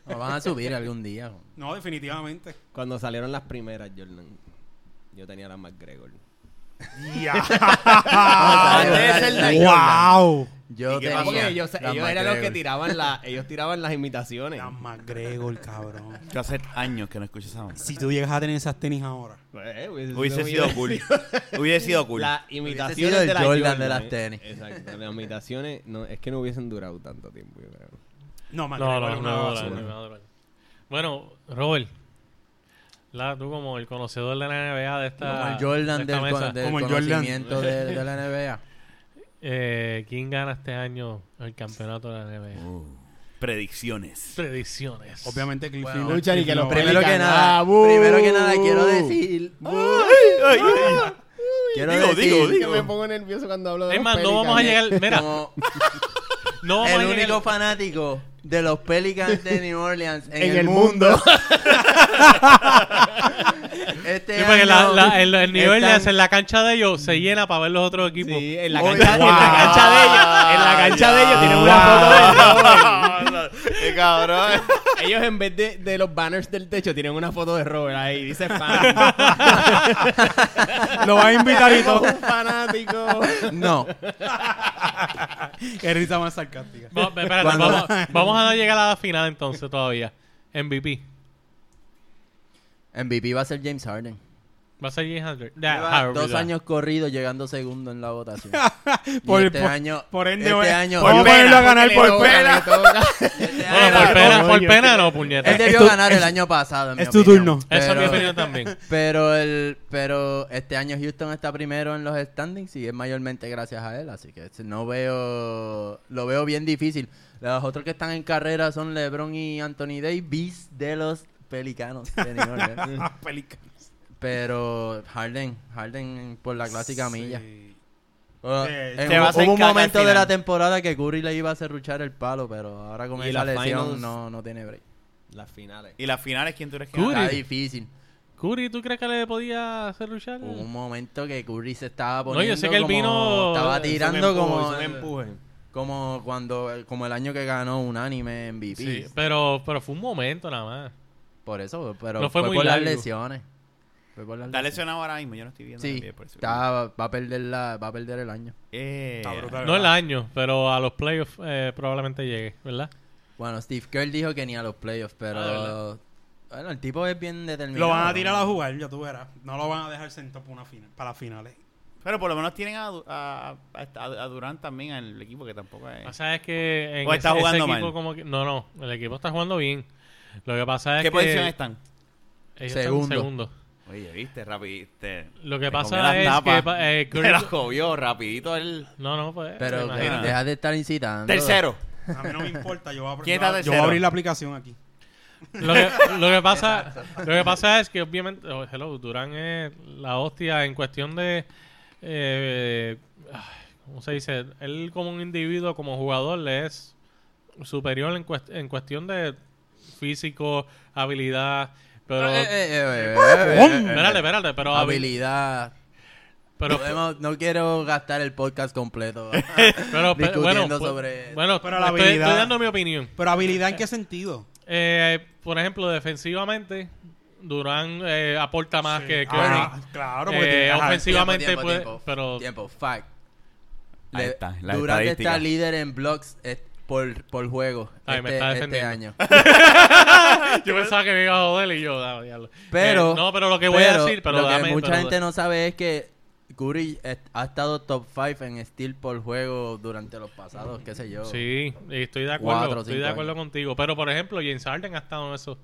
D: Nos van a subir algún día.
B: No, definitivamente.
E: Cuando salieron las primeras Jordan, yo tenía las McGregor.
A: Ah, debe ser la Jordan.
B: ¡Wow!
E: Eh.
A: ¿Y
D: Yo
A: qué
D: tenía
A: pasó?
E: Porque ellos,
D: las
E: ellos eran los que
D: McGregor.
E: tiraban la, ellos tiraban las imitaciones.
B: La McGregor, cabrón.
A: Yo hace años que no escucho esa música.
B: Si tú llegas a tener esas tenis ahora.
E: Pues, eh, hubiese
A: Hubiese
E: muy
A: sido
E: bien.
A: cool. Hubiese sido cool.
E: Las
D: Hubiese
E: imitaciones
D: sido
E: de
D: el
E: las
D: Jordan
E: Jordan,
D: de las
E: eh.
D: tenis.
E: Exacto, las imitaciones no, es que no hubiesen durado tanto tiempo, yo creo.
B: No,
C: No,
B: McGregor
C: no,
B: es
C: no,
B: una
C: no,
B: basura.
C: no, no, no. Bueno, Robert. La, tú como el conocedor de la NBA de esta,
D: Como el
C: de
D: Jordan
C: esta
D: del,
C: mesa,
D: con- del
B: Como el Jordan.
D: conocimiento de, de la NBA.
C: eh, ¿quién gana este año el campeonato de la NBA?
A: Uh, predicciones.
C: Predicciones.
B: Obviamente, Cliff
D: Bueno,
B: Lillard-
E: Lucha ni que
B: Cliff
E: los
B: Lillard.
E: premios-
D: Primero que
E: Pelican,
D: nada,
E: ah, bu-
D: primero que nada quiero decir...
A: Ay, ay.
D: Quiero
A: Digo,
D: decir
A: digo, digo.
F: Me pongo nervioso cuando hablo de
C: Es
F: los
C: más, no vamos a
F: Pelicans.
C: llegar. Mira,
D: como
C: no vamos a
D: el
C: llegar.
D: único fanático de los Pelicans de New Orleans en,
F: En
D: el
F: el
D: mundo. este
C: Sí, porque la-
D: año
C: la- el, el nivel de
D: están- eh,
C: hacer la cancha de ellos se llena para ver los otros equipos.
E: Sí, en la
D: Muy
E: cancha, en
B: bien.
E: la cancha de ellos, en la cancha de ellos tienen una foto de
A: Qué cabrón.
E: Ellos en vez de, de los banners del techo tienen una foto de Robert ahí, dice fan.
B: Lo vas a invitar y todo.
E: un fanático.
D: No,
B: Qué risa más sarcástica.
C: Va- espérate,
D: Cuando-
C: vamos, vamos a llegar a la final entonces todavía. MVP.
D: MVP va a ser James Harden.
C: Va a ser James Harden.
D: Lleva
C: Ah, Harden,
D: dos
C: ¿verdad?
D: años corridos llegando segundo en la votación. Y
B: Por-
D: este
B: por-
D: año,
B: por ende, voy-
D: este año,
B: Vamos a
A: pena,
B: ponerlo a ganar
F: Le
B: por
F: toca,
B: pena.
F: le toca.
D: este
C: Bueno,
D: año-
C: por pena, por
B: Coño.
C: pena no,
D: él
C: puñeta.
D: debió ganar el año pasado. en mi
B: es tu
D: opinión.
B: turno.
C: Esa es mi
D: Pero-
C: opinión también.
D: Pero el, pero este año Houston está primero en los standings y es mayormente gracias a él, así que no veo, lo veo bien difícil. Los otros que están en carrera son LeBron y Anthony Davis de los Pelicanos. de New Orleans.
B: Ah, Pelican.
D: pero Harden, Harden por la clásica milla.
B: Sí.
D: Uh,
B: Eh,
D: en-
A: se va a hacer
D: hubo un
A: caca al
D: momento de
A: final.
D: la temporada que Curry le iba a serruchar el palo, pero ahora con
E: Y
D: esa
E: las
D: lesión
E: finals-
D: no, no tiene break.
E: Las finales.
A: ¿Y las finales quién tú eres que
C: Curry.
A: gana?
D: Está difícil.
C: Curry, ¿tú crees que le podía hacer luchar?
D: Hubo un momento que Curry se estaba
C: Mm. No,
D: poniendo
C: yo sé que él
D: como-
C: vino-
D: Estaba
C: eso me
D: tirando
E: Eso me
D: como...
E: empuje, eso me empuje.
D: Como cuando como el año que ganó un anime MVP.
C: Sí, pero, pero fue un momento nada más.
D: Por eso, pero
C: No
D: fue,
C: fue muy
D: por las
C: largo.
D: lesiones. Fue por las
A: Está
D: lesiones.
A: lesionado ahora mismo, yo no estoy viendo. la
D: Sí,
A: NBA por eso.
D: está- va a perder la va a perder el año.
A: Eh,
B: Está brutal,
C: No el
B: ¿verdad?
C: año, pero a los playoffs eh, probablemente llegue, ¿verdad?
D: Bueno, Steve Kerr dijo que ni a los playoffs, pero
C: Ah, de verdad.
D: bueno, el tipo es bien determinado.
B: Lo van a tirar
D: ¿no?
B: a jugar, ya tú verás. No lo van a dejar sentado para, una final, para las finales.
A: Pero por lo menos tienen a, Du- a, a- a Durán también en el equipo, que tampoco es.
C: O sea, es que en
A: ¿O está
C: ese- ese
A: jugando
C: equipo
A: mal?
C: como que- no, no, el equipo está jugando bien. Lo que pasa es
A: ¿Qué
C: que
A: posición están?
C: ellos
D: Segundo.
C: están segundo.
A: Oye, viste, rapidito.
C: Lo que
A: Me
C: pasa
A: comió las
C: es
A: tapas.
C: que pa- eh,
A: Me
C: Kirk-
A: la comió rapidito el
C: no, no, pues me
D: Pero que
A: imagino.
C: imagino.
D: deja de estar incitando.
A: tercero.
B: A mí no me importa, yo voy a,
A: ¿Quién
B: yo
A: está
B: voy a- yo voy a
A: tercero?
B: abrir la aplicación aquí.
C: lo que, lo que pasa lo que pasa es que obviamente oh, hello, Durán es la hostia en cuestión de eh, ay, cómo se dice él como un individuo como jugador le es superior en, cuest- en cuestión de físico habilidad pero
D: Eh, eh, eh, eh, eh, eh, eh,
C: espérate espérate pero habi-
D: Habilidad.
C: pero
D: Podemos- no quiero gastar el podcast completo.
C: pero pe- bueno
D: discutiendo
C: pues,
D: sobre-
C: bueno
B: Pero la
C: estoy-
B: habilidad-
C: estoy dando mi opinión
B: Pero habilidad en qué sentido?
C: Eh, por ejemplo, defensivamente, Durán eh, aporta más que que
B: Ah,
C: Irving.
B: claro,
C: Eh,
B: porque ajá.
C: ofensivo. Defensivamente
D: Tiempo, tiempo,
C: puede-
D: tiempo,
C: pues, pero-
D: Tiempo, fact.
A: Ahí
D: Le-
A: está, la
D: Durante
A: estadística.
D: está líder en blocks eh, por, por juego
C: Ay, me
D: este,
C: está
D: este
C: defendiendo. Eh,
D: año.
C: Yo pensaba que me iba a joder y yo, ah, diablo.
D: Pero,
C: Eh, no, pero lo que voy a decir, pero
D: lo que
C: dame,
D: mucha
C: pero-
D: gente no sabe es que Curry eh, ha estado top 5 en steal por juego durante los pasados, qué sé yo.
C: Sí, y estoy de acuerdo,
D: Cuatro,
C: estoy
D: cinco
C: de acuerdo
D: años.
C: contigo. Pero, por ejemplo, James Harden ha estado en eso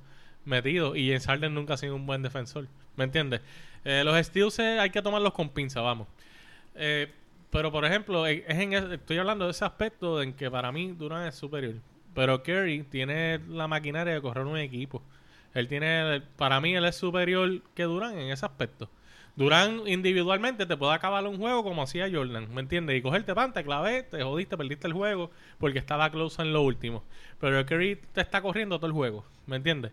C: metido y James Harden nunca ha sido un buen defensor, ¿me entiendes? Eh, los steals eh, hay que tomarlos con pinza, vamos. Eh, pero, por ejemplo, eh, es en ese- estoy hablando de ese aspecto en que para mí Durant es superior. Pero Curry tiene la maquinaria de correr un equipo. Él tiene, para mí, él es superior que Durán en ese aspecto. Durán individualmente te puede acabar un juego como hacía Jordan, ¿me entiendes? Y cogerte pan, te clavé, te jodiste, perdiste el juego porque estaba close en lo último. Pero Curry te está corriendo todo el juego, ¿me entiendes?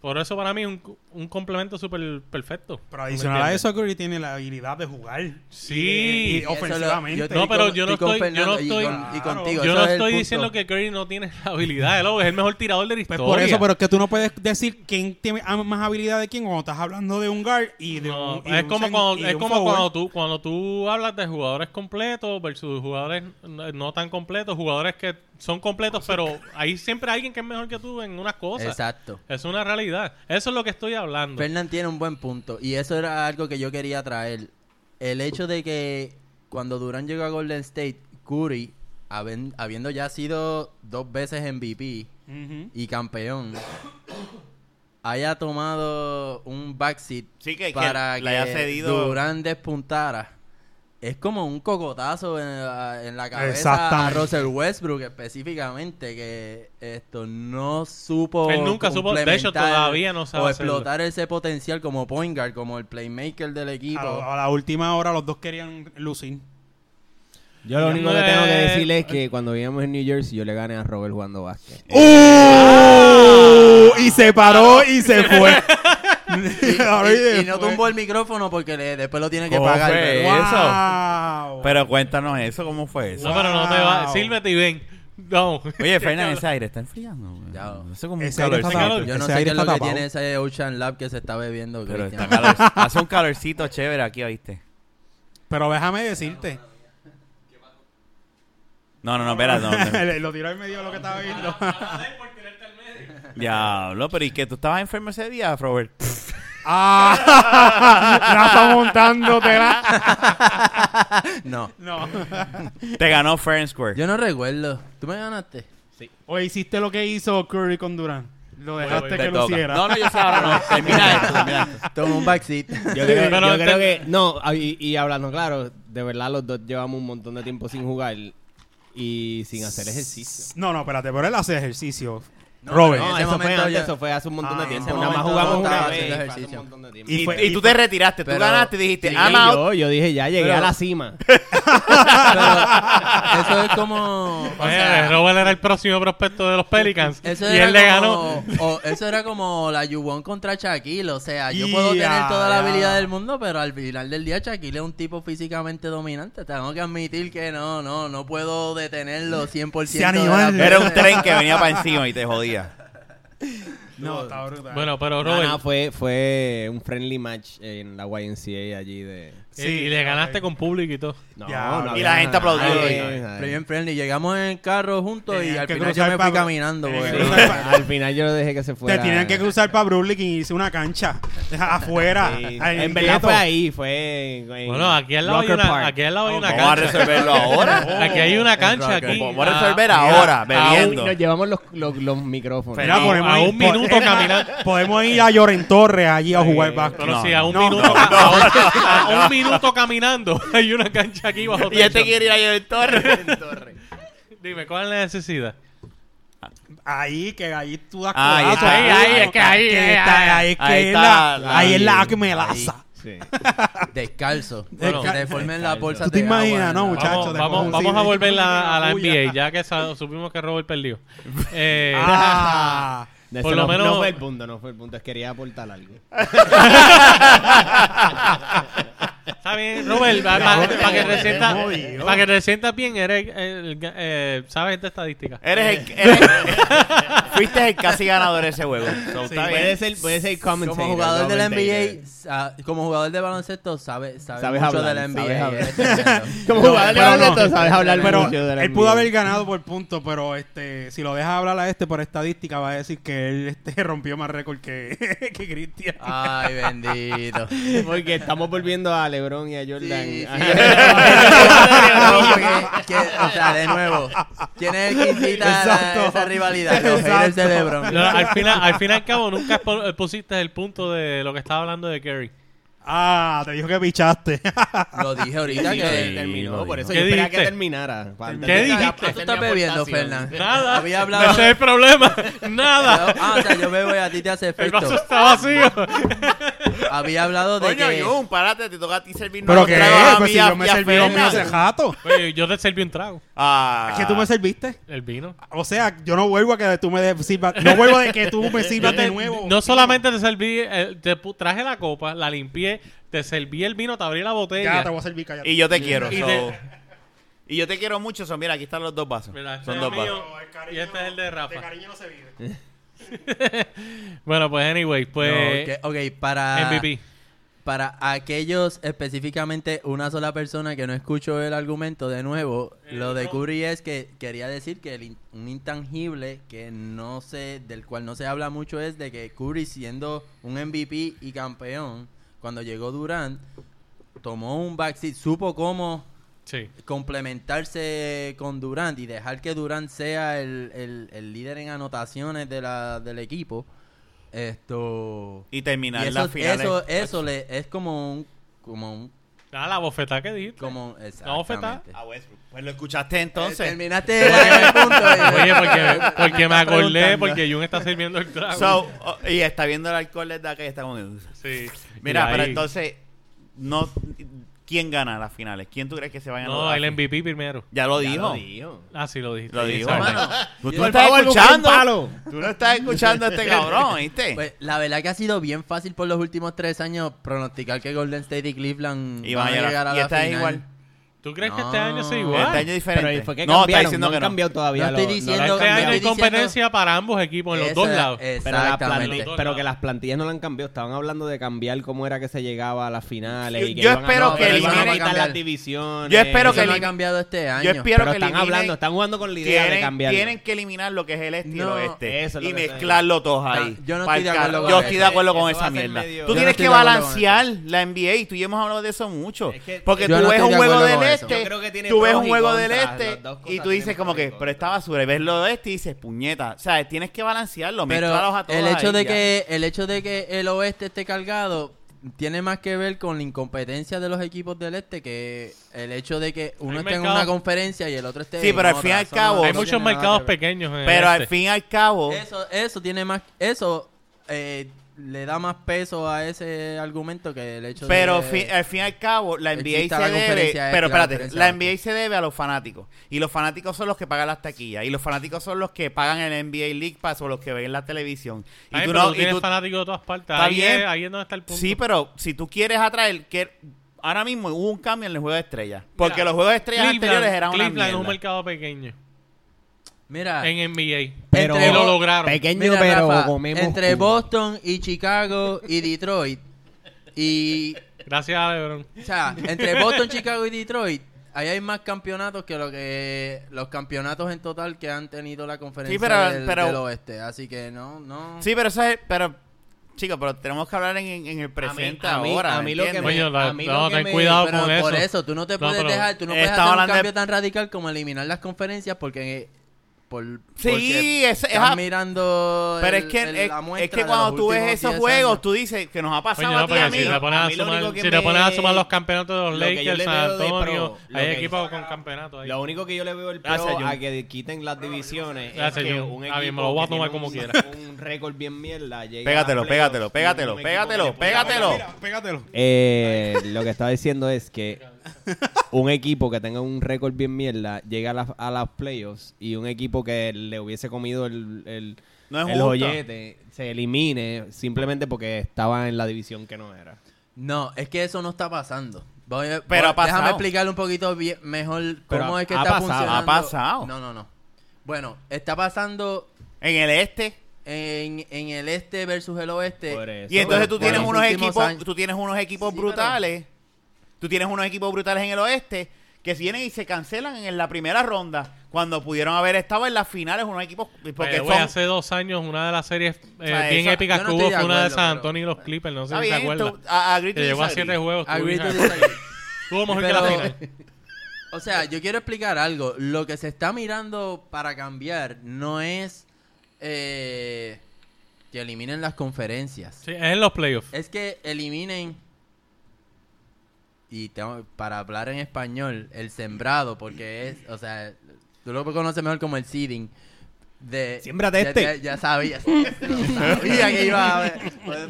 C: Por eso para mí es un, un complemento súper perfecto.
B: Pero
C: ¿me
B: adicional a
C: entiendes?
B: eso, Curry tiene la habilidad de jugar.
C: Sí.
B: Y-
C: Y
B: y
C: eso
D: lo-
B: ofensivamente.
D: estoy
C: No, pero
D: con-
C: yo no
D: con
C: estoy- yo no
D: Fernando y
C: estoy-
D: con- y
B: Claro.
D: contigo.
C: Yo
D: ese
C: no
D: es el
C: estoy
D: punto.
C: diciendo que Curry no tiene la habilidad, hello, es el mejor tirador de la
B: Pues
C: historia.
B: por eso, pero es que tú no puedes decir quién tiene más habilidad de quién cuando estás hablando de un guard y de
C: No, pues
B: un. y de
C: es
B: un
C: como,
B: cen- y
C: cuando,
B: de
C: es
B: un
C: como
B: forward.
C: cuando tú cuando tú hablas de jugadores completos versus jugadores no no tan completos, jugadores que son completos, pero hay siempre alguien que es mejor que tú en unas cosas.
D: Exacto.
C: Es una realidad. Eso es lo que estoy hablando.
D: Fernán tiene un buen punto y eso era algo que yo quería traer. El hecho de que cuando Durán llegó a Golden State, Curry, haben- habiendo ya sido dos veces MVP
B: Ujú.
D: y campeón, haya tomado un backseat
A: Sí, que, que
D: para
A: le haya
D: que
A: cedido.
D: Durán despuntara. Es como un cocotazo en la, en la cabeza a
B: Exactamente.
D: Russell Westbrook específicamente que esto no supo
C: Él nunca supo- de hecho,
D: complementar
C: todavía no sabe
D: o
C: hacerlo.
D: explotar ese potencial como point guard, como el playmaker del equipo.
B: A, la- a la última hora los dos querían lucir.
E: Yo lo único que
C: Eh,
E: tengo que decirle es que cuando vivíamos en New Jersey yo le gané a Robert jugando básquet.
C: ¡Uh!
B: Eh,
C: ¡Ah!
B: Y se paró y se fue.
D: Y,
B: Ahora eh.
D: y-
B: se
D: y no
B: fue.
D: tumbó el micrófono porque le- después lo tiene que
A: ¿Cómo
D: pagar.
A: fue
D: pero-
A: eso?
B: Wow.
A: Pero cuéntanos eso, ¿cómo fue eso?
C: No, pero no te va.
B: Wow.
C: Sírvete y ven. No.
A: Oye, Fernan, ese aire está enfriando. güey.
D: Ya.
A: Hace como un
B: Ese aire está
A: calorcito.
B: tapado.
D: Yo no
B: Ese
D: sé
B: aire
D: qué es lo
B: está
D: que
B: tapado.
D: tiene ese Ocean Lab que se está bebiendo.
A: Pero
D: Cristian.
A: está calor- hace un calorcito chévere aquí, ¿oíste?
B: Pero déjame decirte.
A: No, no, no, espera, no. no.
B: lo tiró en medio de lo que estaba viendo.
A: Diablo, pero ¿y que tú estabas enfermo ese día, Robert?
B: ah, Rafa montándote. ¿verdad?
D: No,
B: No.
A: Te ganó Fair Square.
D: yo no recuerdo. ¿Tú me ganaste?
B: O hiciste lo que hizo Curry con Durant. Lo dejaste
C: Te
B: que luciera.
A: No, no, yo sé, ahora no. Termina esto, termina esto.
D: Toma un backseat.
E: Yo creo,
C: Pero
E: yo
C: te-
E: creo que... No, ah, y, y hablando claro, de verdad los dos llevamos un montón de tiempo sin jugar y sin hacer ejercicio.
B: No, no, espérate, pero él hace ejercicio.
D: No,
B: Robert.
D: no,
E: No,
D: ese
E: eso fue,
D: momento
E: antes,
D: ya-
E: eso fue hace un montón
B: Ah,
E: de
B: en
E: tiempo.
B: ese
E: Nada más
D: momento
E: jugamos
D: no
E: una
D: estaba
E: vez.
D: haciendo
E: y fue hace un
D: ejercicio.
E: montón de tiempo.
A: Y,
B: Y fue-
A: y
B: y
A: tú
B: fue-
A: te retiraste, tú
D: pero-
A: ganaste y dijiste, "Ah,
E: Sí,
A: I'm out.
E: yo, yo dije, ya llegué
D: Pero-
E: a la cima.
D: Pero eso es como. o
C: Oye,
D: sea,
C: Robert era el próximo prospecto de los Pelicans.
D: eso
C: y él le
D: era
C: ganó.
D: como, o- eso era como la Yuwon contra Shaquille. O sea, yo puedo
B: Ya,
D: tener toda
B: ya.
D: la habilidad del mundo, pero al final del día Shaquille es un tipo físicamente dominante. Tengo que admitir que no, no, no puedo detenerlo 100%.
B: Ese animal.
D: de las
A: Era un
D: veces.
A: tren que venía para encima y te jodía.
B: No, está brutal.
C: Bueno, pero
E: No,
C: Robert,
E: no, fue, fue un friendly match en la YMCA allí de...
C: y- y le ganaste con público y todo.
E: No,
B: Ya,
E: no
A: y la
E: había
A: gente
E: nadie,
A: aplaudió.
E: nadie.
D: Eh, Pero bien friendly. Llegamos en el carro juntos y
B: Tenían
D: al
B: que
D: final yo
B: cruzar
D: me fui
B: pa-
D: caminando.
B: Tenían que
D: porque-
E: Sí, al final yo lo dejé que se
B: Te
E: fuera.
B: tenían que cruzar para Brooklyn y hice una cancha afuera.
E: Sí.
B: Ah, en el
E: En verdad
B: gueto.
E: fue ahí, fue en, en
C: Bueno, aquí al lado hay
E: Rocker
C: una,
E: Park.
C: aquí al lado hay una
A: Vamos a
C: cancha.
A: resolverlo ahora.
C: Aquí hay una cancha.
D: Rocker.
C: Aquí,
A: Vamos a
C: Ah,
A: resolver
C: mira,
A: ahora, bebiendo.
E: Nos llevamos los, los, los micrófonos.
A: Pero-
B: Mira,
A: A un-
B: podemos
C: a
B: ir-
C: un minuto
B: po-
C: caminando.
B: Podemos ir a Lloren Torres allí a jugar básquet.
C: Pero
A: No,
C: si a un
B: no,
C: minuto,
B: no,
C: a un- a un minuto caminando hay una cancha aquí bajo
A: Y este
C: techo.
A: quiere ir a Lloren Torres.
C: Dime, ¿cuál es la necesidad?
B: Ahí, que ahí tú das
A: Ahí
B: codazos,
A: está.
B: ahí,
A: Ahí, ahí,
B: mano,
A: es que ahí,
B: que
A: ahí,
B: está-
A: ahí.
B: ahí es que
A: Ahí
B: es
A: está
B: la,
A: la-
B: ahí es la acmelaza.
E: Sí.
D: Descalzo.
B: Descal-
D: que te formen las bolsas
B: ¿Tú te
D: de agua
B: imaginas,
D: en
B: no,
D: la-
B: muchacho?
C: Vamos,
B: te
C: vamos,
B: pongo un
C: vamos a
B: CD.
C: volver a, a la
B: Uy,
C: NBA, ya que sa- supimos que Robert perdió. Eh,
B: Ah,
E: De
C: Por
E: ese
C: lo
E: no,
C: menos-
E: no fue el punto, no fue el punto. Es que quería aportar algo.
C: Está bien, Robert, para
B: Robert,
C: que
B: Robert,
C: te sientas
B: te jodió.
C: para que te sientas bien, eres, el- eh, sabes de estadística.
A: Eres el. eres- fuiste el casi ganador de ese juego. So,
E: Sí,
A: está
E: puede
A: bien.
E: ser, puede ser
D: Como
E: commentator,
D: jugador de la
E: commentator.
D: NBA, sa- como jugador de baloncesto, sabe, sabe
E: Sabes
D: mucho de
E: hablar,
D: la
E: sabes
D: NBA.
E: hablar.
D: eres tremendo.
E: Como
B: No,
E: jugador de
B: pero no.
E: baloncesto, sabes hablar
B: Pero
E: mucho de la
B: él pudo
E: NBA.
B: haber ganado por punto, pero este si lo deja hablar a este por estadística va a decir que él este, rompió más récord que, que Cristian.
D: Ay, bendito.
E: Porque estamos volviendo a LeBron y a Jordan.
D: Sí, sí.
E: Ajá.
D: No, porque- que- o sea, de nuevo, ¿quién es el que incita a la-
B: Exacto.
D: esa rivalidad? Los haters de
B: Exacto.
D: LeBron.
C: No, al, final, al fin y al cabo, nunca expo- pusiste el punto de lo que estaba hablando de Kerry.
B: Ah, te dijo que pichaste.
D: Lo dije ahorita
E: Sí,
D: que...
E: terminó, por eso
C: ¿Qué
E: yo esperaba que
C: dijiste?
E: terminara.
C: ¿Qué
E: Ya-
C: dijiste?
E: ya-
D: ¿Tú estás bebiendo, Fernán?
C: Nada.
D: Había hablado...
C: Ese es el problema. Nada.
D: Ah, o sea, yo bebo y a ti te hace
C: El
D: efecto.
C: vaso está vacío.
D: Había hablado de
A: Coño,
D: que...
A: Jun, párate, te toca a ti servirnos
B: ¿Pero
A: los
B: qué?
A: tragos a
B: Pues
A: mí
B: si
A: y a-
B: yo me
A: y a
B: serví los míos
A: Fernan.
B: hace rato.
C: Oye, yo te serví un trago.
A: Ah.
B: ¿Qué tú me serviste?
C: El vino.
B: O sea, yo no vuelvo a que tú me des- sirvas. No vuelvo de que tú me
C: Yo
B: sirvas
C: te-
B: de nuevo.
C: No solamente te serví, eh, te pu- traje la copa, la limpié, te serví el vino, te abrí la botella.
B: Ya te voy a servir, cállate.
A: Y yo te quiero.
C: Y
A: so-
C: te-
A: Y yo te quiero mucho. so, Mira, aquí están los dos vasos.
C: Mira, este
A: Son
C: es
A: dos
C: mío.
A: vasos.
B: El cariño-
C: Y este es el de Rafa.
B: cariño no se vive.
C: Bueno, pues anyway,
D: No,
C: pues
D: que- ah. ok, para...
C: MVP.
D: Para aquellos, específicamente una sola persona que no escuchó el argumento de nuevo, lo de Curry es que quería decir que el in- un intangible que no se, del cual no se habla mucho es de que Curry siendo un MVP y campeón, cuando llegó Durant, tomó un backseat, supo cómo
C: Sí.
D: complementarse con Durant y dejar que Durant sea el, el- el líder en anotaciones de la, del equipo. Esto...
A: Y terminar
D: Y
A: las
D: eso,
A: finales.
D: eso, eso le, es como un, como un,
C: Ah, la bofetada que dijiste.
D: como un-
C: bofetada?
D: exactamente.
A: A Westbrook. Pues lo escuchaste
D: Eh,
A: entonces.
D: Terminaste en el punto. eh.
C: Oye, porque, porque me
D: Estás
C: acordé,
D: preguntando.
C: porque Jun está sirviendo el trago.
A: So, oh, y está viendo el alcohol desde acá y está como... que-
C: sí.
A: Mira,
C: Y
A: pero
C: ahí-
A: entonces... no ¿Quién gana las finales? ¿Quién tú crees que se va a ganar?
C: No,
A: las
C: el
A: finales?
C: MVP primero.
A: Ya lo
E: ya
A: dijo.
E: lo dijo.
C: Ah, sí, lo dijiste.
A: Lo
C: Sí,
A: dijo.
C: exacto.
D: Mano,
A: Tú, tú
D: Por
A: estás
E: favor, busca un
A: escuchando.
E: palo.
A: Tú no estás escuchando a este cabrón, ¿viste?
D: pues, la verdad que ha sido bien fácil por los últimos tres años pronosticar que Golden State y Cleveland
A: y van a llegar. Y
D: la
A: esta es
D: final.
A: igual.
C: ¿Tú crees que
D: No.
C: este año sea igual?
A: Este año es diferente.
E: Pero ahí fue que
A: no, está
E: cambiaron,
A: diciendo
E: no
A: que
E: han
A: no.
E: cambiado todavía.
D: No
E: lo-
D: estoy diciendo-
E: lo-
D: No,
C: Este año
D: estoy
C: hay
D: diciendo-
C: competencia para ambos equipos, en los
D: Esa-
C: dos lados.
E: pero, la
D: Exactamente.
E: plante- pero que las plantillas no la han cambiado. Estaban hablando de cambiar cómo era que se llegaba a las finales.
A: Yo-
E: y que
A: yo
E: iban a-
A: espero
E: no,
A: que
E: pero iban a
A: eliminen-
E: quitar
D: cambiar.
E: las divisiones.
A: Yo espero
D: Eso
A: que
D: no ha
A: elim-
D: cambiado este año.
A: Yo espero
E: Pero
A: que
E: están
A: eliminen-
E: hablando, están jugando con la idea de
A: Tienen,
E: cambiar.
A: tienen que eliminar lo que es el este y el
D: No,
A: oeste
E: eso es lo
A: y
E: que está
A: mezclarlo todos
D: No,
A: ahí.
D: yo no
A: Pa'l
D: estoy de acuerdo
A: carajo.
D: con
A: Yo
D: eso.
A: estoy de acuerdo
E: Eso
A: con
E: va
A: esa
E: a ser
A: mierda.
E: medio-
A: Tú
D: Yo no
A: tienes
D: estoy
A: que
D: de acuerdo con
A: balancear la NBA. Tú y yo hemos hablado de eso mucho.
E: Es que-
A: Porque tú
D: Yo no
A: ves
D: estoy
A: un
D: de
A: juego
D: acuerdo
A: del
D: con eso.
A: este,
E: Yo creo que tiene
A: tú ves
E: pros
A: un
E: y
A: juego del
E: contras,
A: este
E: las dos cosas
A: y tú dices
E: tienen
A: como
E: pros y
A: que, pero
E: contras.
A: estaba basura. Y ves lo de este y dices, puñeta. O sea, tienes que balancearlo, mezclarlos
D: Pero
A: a todos
D: el hecho
A: ahí
D: de
A: ya.
D: que el hecho de que el oeste esté cargado tiene más que ver con la incompetencia de los equipos del este que el hecho de que uno
C: Hay
D: esté en
C: mercado-
D: una conferencia y el otro esté
A: Sí,
D: en
A: pero al
D: otra.
A: fin y al
D: Eso
A: cabo-
D: no
C: Hay
A: no
C: muchos
D: tiene nada
C: mercados
D: que ver.
C: pequeños. en el
A: Pero al
C: este.
A: fin y al cabo,
D: Eso, eso tiene más, eso eh, le da más peso a ese argumento que el hecho
A: Pero
D: de
A: fi- al fin y al cabo, la NBA
D: Exista
A: se
D: la
A: debe.
D: conferencia
A: Pero
D: este, la
A: espérate,
D: conferencia
A: la
D: oeste.
A: NBA se debe a los fanáticos. Y los fanáticos son los que pagan las taquillas. Y los fanáticos son los que pagan el NBA League Pass o los que ven la televisión. Y
C: Ay,
A: tú
C: pero
A: no.
C: tú
A: y
C: tienes
A: tú-
C: fanáticos de todas partes.
A: Está
C: ahí,
A: bien.
C: Es, ahí es donde está el punto.
A: sí, pero si tú quieres atraer. que Ahora mismo hubo un cambio en el juego de estrellas. Porque
C: Mira,
A: los juegos de estrellas
C: Cleveland-
A: anteriores eran una
C: Cleveland es un
A: mierda.
C: mercado pequeño.
D: Mira,
C: en NBA.
D: Ah. Pero-
C: y lo lograron.
D: mira,
G: Pequeño, pero
D: Rafa,
G: comemos.
D: entre
G: culo.
D: Boston y Chicago y Detroit. Y,
C: Gracias a LeBron.
D: o sea, entre Boston, Chicago y Detroit, ahí hay más campeonatos que lo que los campeonatos en total que han tenido la conferencia
A: Sí, pero-
D: del,
A: pero-
D: del oeste. Así que no, no.
A: Sí, pero eso es- pero chicos, pero tenemos que hablar en, en- en el presente
G: a mí-
A: ahora.
G: a
A: ¿me
G: mí lo que
A: entiendes?
C: Coño, la-
G: a mí lo
C: no,
G: que
C: ten
G: me-
C: cuidado
D: Pero
C: con eso.
D: por eso, tú no te
C: No,
D: puedes
C: pero-
D: dejar, tú no puedes
A: Estaba
D: hacer un
A: hablando de-
D: cambio tan radical como eliminar las conferencias porque eh, por
A: Sí,
D: porque
A: es- es
D: estás
A: a-
D: mirando
A: pero
D: el-
A: es que
D: el-
A: es,
D: la
A: es
D: muestra
A: que
D: de
A: cuando
D: los
A: tú ves
D: últimos
A: esos
D: 10
A: juegos,
D: años.
A: tú dices que nos ha pasado
C: Coño, no,
A: a ti y a
C: pero
A: mí.
C: si te pones
G: a
C: a,
G: mí lo
C: sumar,
G: único que
C: si te pones a
G: me-
C: sumar los campeonatos de los
G: lo que yo
C: Lakers,
G: le
C: San
G: veo de
C: Antonio,
G: pro, lo
C: hay
G: que-
C: equipos con campeonato ahí.
G: Lo único que yo le veo el pro
A: Gracias, Jun.
G: a que quiten las divisiones
C: Gracias,
G: es que
C: Jun.
G: un
C: Está
G: equipo
C: bien, me lo voy a
G: que tiene
C: tomar como
G: un-
C: quiera.
G: un récord bien mierda llega a
A: Pégatelo,
G: playoffs
A: pégatelo,
G: y es
A: pégatelo,
G: un equipo que
A: pégatelo,
G: le puede
A: pégatelo.
G: ganar.
B: Mira, pégatelo.
E: Eh, lo que estaba diciendo es que un equipo que tenga un récord bien mierda llega a, las- a las playoffs y un equipo que le hubiese comido el, el,
A: No es
E: el
A: justo.
E: joyete se elimine simplemente porque estaba en la división que no era.
D: No, es que eso no está pasando. Voy a-
A: Pero
D: voy-
A: ha pasado.
D: Déjame explicarle un poquito bien- mejor
E: Pero
D: cómo
E: ha-
D: es que
E: ha
D: está
E: pasado, ha
D: funcionando.
A: pasado.
D: No, no, no. Bueno, está pasando
A: En el este.
D: en, en el este versus el oeste.
E: Por eso.
A: Y entonces tú
D: por
A: tienes
D: los
A: unos
D: últimos
A: equipos,
D: años.
A: tú tienes unos equipos
D: Sí, pero-
A: brutales. Tú tienes unos equipos brutales en el oeste que vienen y se cancelan en la primera ronda cuando pudieron haber estado en las finales unos equipos porque
C: Porque
A: son-
C: hace dos años una de las series eh,
A: sea,
C: bien
A: esa-
C: épicas
D: yo no
C: que hubo
D: estoy de
C: fue una de
D: acuerdo,
C: San
D: pero-
C: Antonio y los Clippers, no sé
A: Está
C: si te
A: bien,
C: acuerdas.
A: tú- a- agree to
C: Que llegó a
A: disagree.
C: siete juegos. tú
D: Agree to
C: dices,
D: disagree.
C: Estuvo mejor que la
D: Pero-
C: final.
D: O sea, yo quiero explicar algo. Lo que se está mirando para cambiar no es eh, que eliminen las conferencias.
C: Sí, es en los playoffs.
D: Es que eliminen, y tengo- para hablar en español, el sembrado, porque es, o sea, tú lo conoces mejor como el seeding. De,
E: Siémbrate
D: ya-
E: este.
D: Ya, ya sabía, lo sabía que iba a...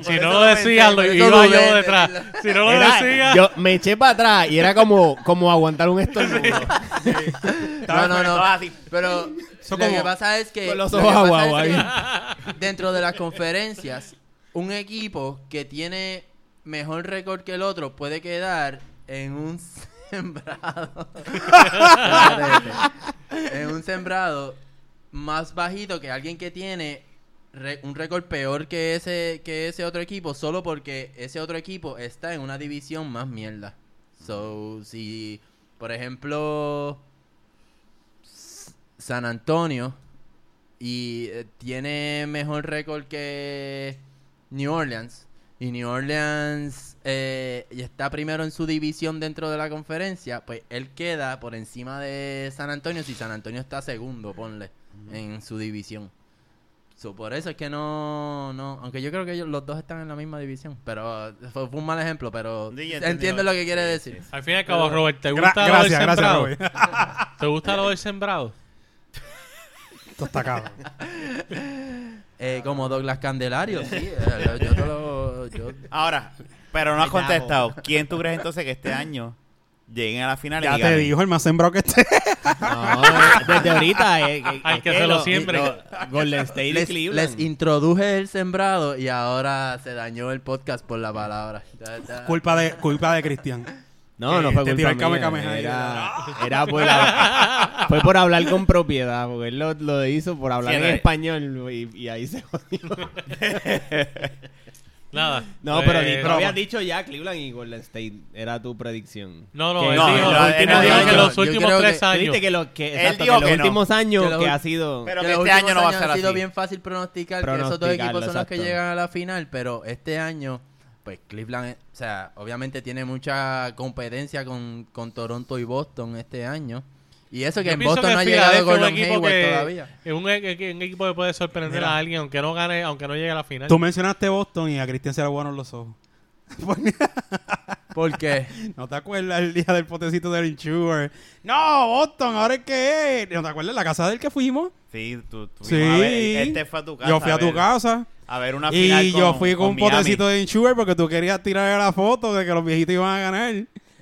C: Si no lo decías, lo iba yo detrás. Si no lo
E: Era-
C: decías,
E: yo me eché para atrás y era como, como aguantar un estornudo.
D: No, no,
A: Estaba
D: no.
A: así.
D: Pero
B: Eso
D: lo
B: como-
D: que pasa es que,
E: con los
D: lo que
E: ojos
D: pasa
E: aguados
D: es que dentro de las conferencias, un equipo que tiene mejor récord que el otro puede quedar en un sembrado. en un sembrado más bajito que alguien que tiene re- un récord peor que ese que ese otro equipo solo porque ese otro equipo está en una división más mierda. So, si por ejemplo S- San Antonio y eh, tiene mejor récord que New Orleans y New Orleans eh, y está primero en su división dentro de la conferencia, pues él queda por encima de San Antonio si San Antonio está segundo, ponle, en su división. So, por eso es que no, no, aunque yo creo que ellos, los dos están en la misma división, pero eh, fue, fue un mal ejemplo, pero
A: Sí, ya
D: entiendo
A: entendí
D: lo
A: lo-
D: que quiere
A: sí,
D: decir.
C: al fin y al cabo, Robert, ¿te
B: Gra-
C: gusta lo del
B: gracias, gracias,
C: sembrado?
B: Robert.
C: ¿Te gusta lo del sembrado?
B: Esto está cabrón.
D: Eh, como Douglas Candelario, sí, eh, yo- yo te lo- yo-
A: Ahora, pero no has
D: Ay, Davo.
A: contestado. ¿Quién tú crees entonces que este año lleguen a la final y
B: Ya te
A: ganen?
B: dijo el más sembrado que este. esté.
E: No, desde ahorita. eh, eh,
C: Ay,
E: es
C: que se lo siembren.
E: Golden State y
D: les,
E: Cleveland.
D: les introduje el sembrado y ahora se dañó el podcast por la palabra. Ya, ya.
B: Culpa de, culpa de Cristian.
E: No, no
B: Eh,
E: fue
B: te tiró
E: culpa
B: el Kame
E: mía,
B: Kame ahí.
E: Era, era por la- fue por hablar con propiedad, porque él lo, lo hizo por hablar
A: Sí,
E: en
A: era-
E: español y, y ahí se jodió.
C: Nada.
E: No, pero
C: Eh,
E: ni- tú habías dicho ya Cleveland y Golden State. Era tu predicción.
C: No, no,
E: Que-
C: él
A: no,
C: dijo, este
A: no,
C: los
A: él no
C: últimos-
A: dijo
C: dijo que
A: eso.
C: los
D: Yo
C: últimos
D: creo
C: tres
D: que-
E: Tú
C: años.
E: dijiste que, lo, que,
A: Él
E: exacto, que
A: dijo
E: los
A: que no.
E: últimos años
D: Que
E: que,
D: los
E: ha
D: ul-
E: sido...
A: Pero
D: Que
A: que
D: los
A: este
D: últimos
A: año no va a
D: años
A: ser
D: ha sido
A: así.
D: bien fácil pronosticar que esos dos
E: Pronosticarlo,
D: equipos son los que
E: exacto.
D: llegan a la final, pero este año, pues Cleveland, eh, o sea, obviamente tiene mucha competencia con, con Toronto y Boston este año. Y eso que
C: Yo
D: en
C: pienso
D: Boston
C: que
D: no ha
C: Filadelfia
D: llegado
C: es un
D: Gordon
C: equipo
D: Hayward
C: que-
D: todavía.
C: Es un, e- un equipo que puede sorprender
B: Mira.
C: a alguien aunque no gane, aunque no llegue a la final.
B: Tú mencionaste Boston y a Cristian se le aguaron los ojos.
D: Porque
B: ¿No te acuerdas el día del potecito del insurer? No, Boston, ahora es que es. ¿No te acuerdas la casa del que fuimos?
A: Sí, tú, tú
B: Sí.
A: fuimos a ver, este fue a tu casa.
B: yo fui a tu
A: ver-
B: casa
A: A ver una final
B: y yo fui con un
A: Miami.
B: potecito de insurer porque tú querías tirar la foto de que los viejitos iban a ganar.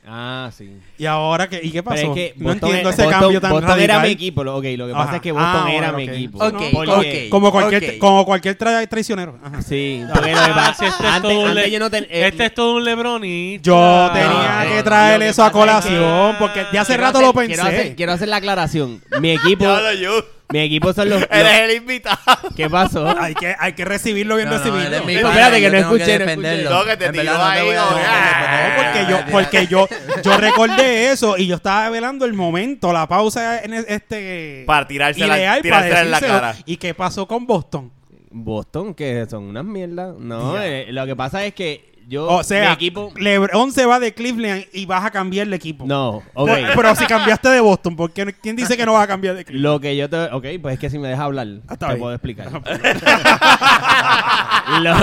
E: Ah, sí.
B: ¿Y ahora qué? ¿Y qué
E: Pero
B: pasó?
E: es que
B: no
E: Boston-
B: entiendo ese
E: Boston-
B: cambio tan
E: Boston
B: radical.
E: era mi equipo. lo- Ok, lo que pasa
B: Ajá.
E: es que Boston
B: Ah,
E: era
B: bueno,
E: mi
B: ok.
E: equipo.
D: Ok,
E: Porque-
D: ok.
B: Como cualquier,
D: Ok.
B: como cualquier tra- traicionero. Ajá.
E: Sí, porque lo que
C: Ah,
E: pasa-
C: si este es
E: antes-
C: todo un
E: antes
C: le-
E: yo no ten- eh,
C: Este es todo un lebronista.
B: Yo tenía
E: no,
B: que
E: no.
B: traer
E: Lo que
B: eso a
E: pasa es
B: colación
C: que-
B: porque de hace
E: quiero
B: rato
E: hacer-
B: lo
E: Quiero hacer,
B: pensé.
E: quiero hacer la aclaración. Mi equipo,
A: Ya hablo yo.
E: Mi equipo son los.
A: Eres
E: los-
A: el invitado.
E: ¿Qué pasó?
B: Hay que, hay que recibirlo bien
D: No, no,
B: recibido.
D: él es mi
E: Digo,
D: pana,
E: espérate, que
D: yo
E: no
D: tengo
E: escuché, no
D: defenderlo.
A: escuché. No, que te
D: En verdad,
A: tiró
D: te
A: ahí
D: voy a
A: como que,
D: defender,
A: ah,
B: porque
D: no,
B: yo, porque yo, yo recordé eso y yo estaba velando el momento, la pausa en es- este
A: Para tirársela,
B: ideal
A: tirársela en la
B: decírselo.
A: cara.
B: ¿Y qué pasó con Boston?
E: Boston, que son unas mierdas. No,
B: Ya.
E: eh, lo que pasa es que yo.
B: O sea,
E: Oh, Mi equipo.
B: LeBron se va de Cleveland y vas a cambiar el equipo.
E: No, ok.
B: Por- Pero si cambiaste de Boston, ¿por qué no- ¿quién dice que no vas a cambiar de Cleveland?
E: Lo que yo te. Ok, pues es que si me dejas hablar,
B: Ah, está
E: te
B: bien.
E: puedo explicar. lo,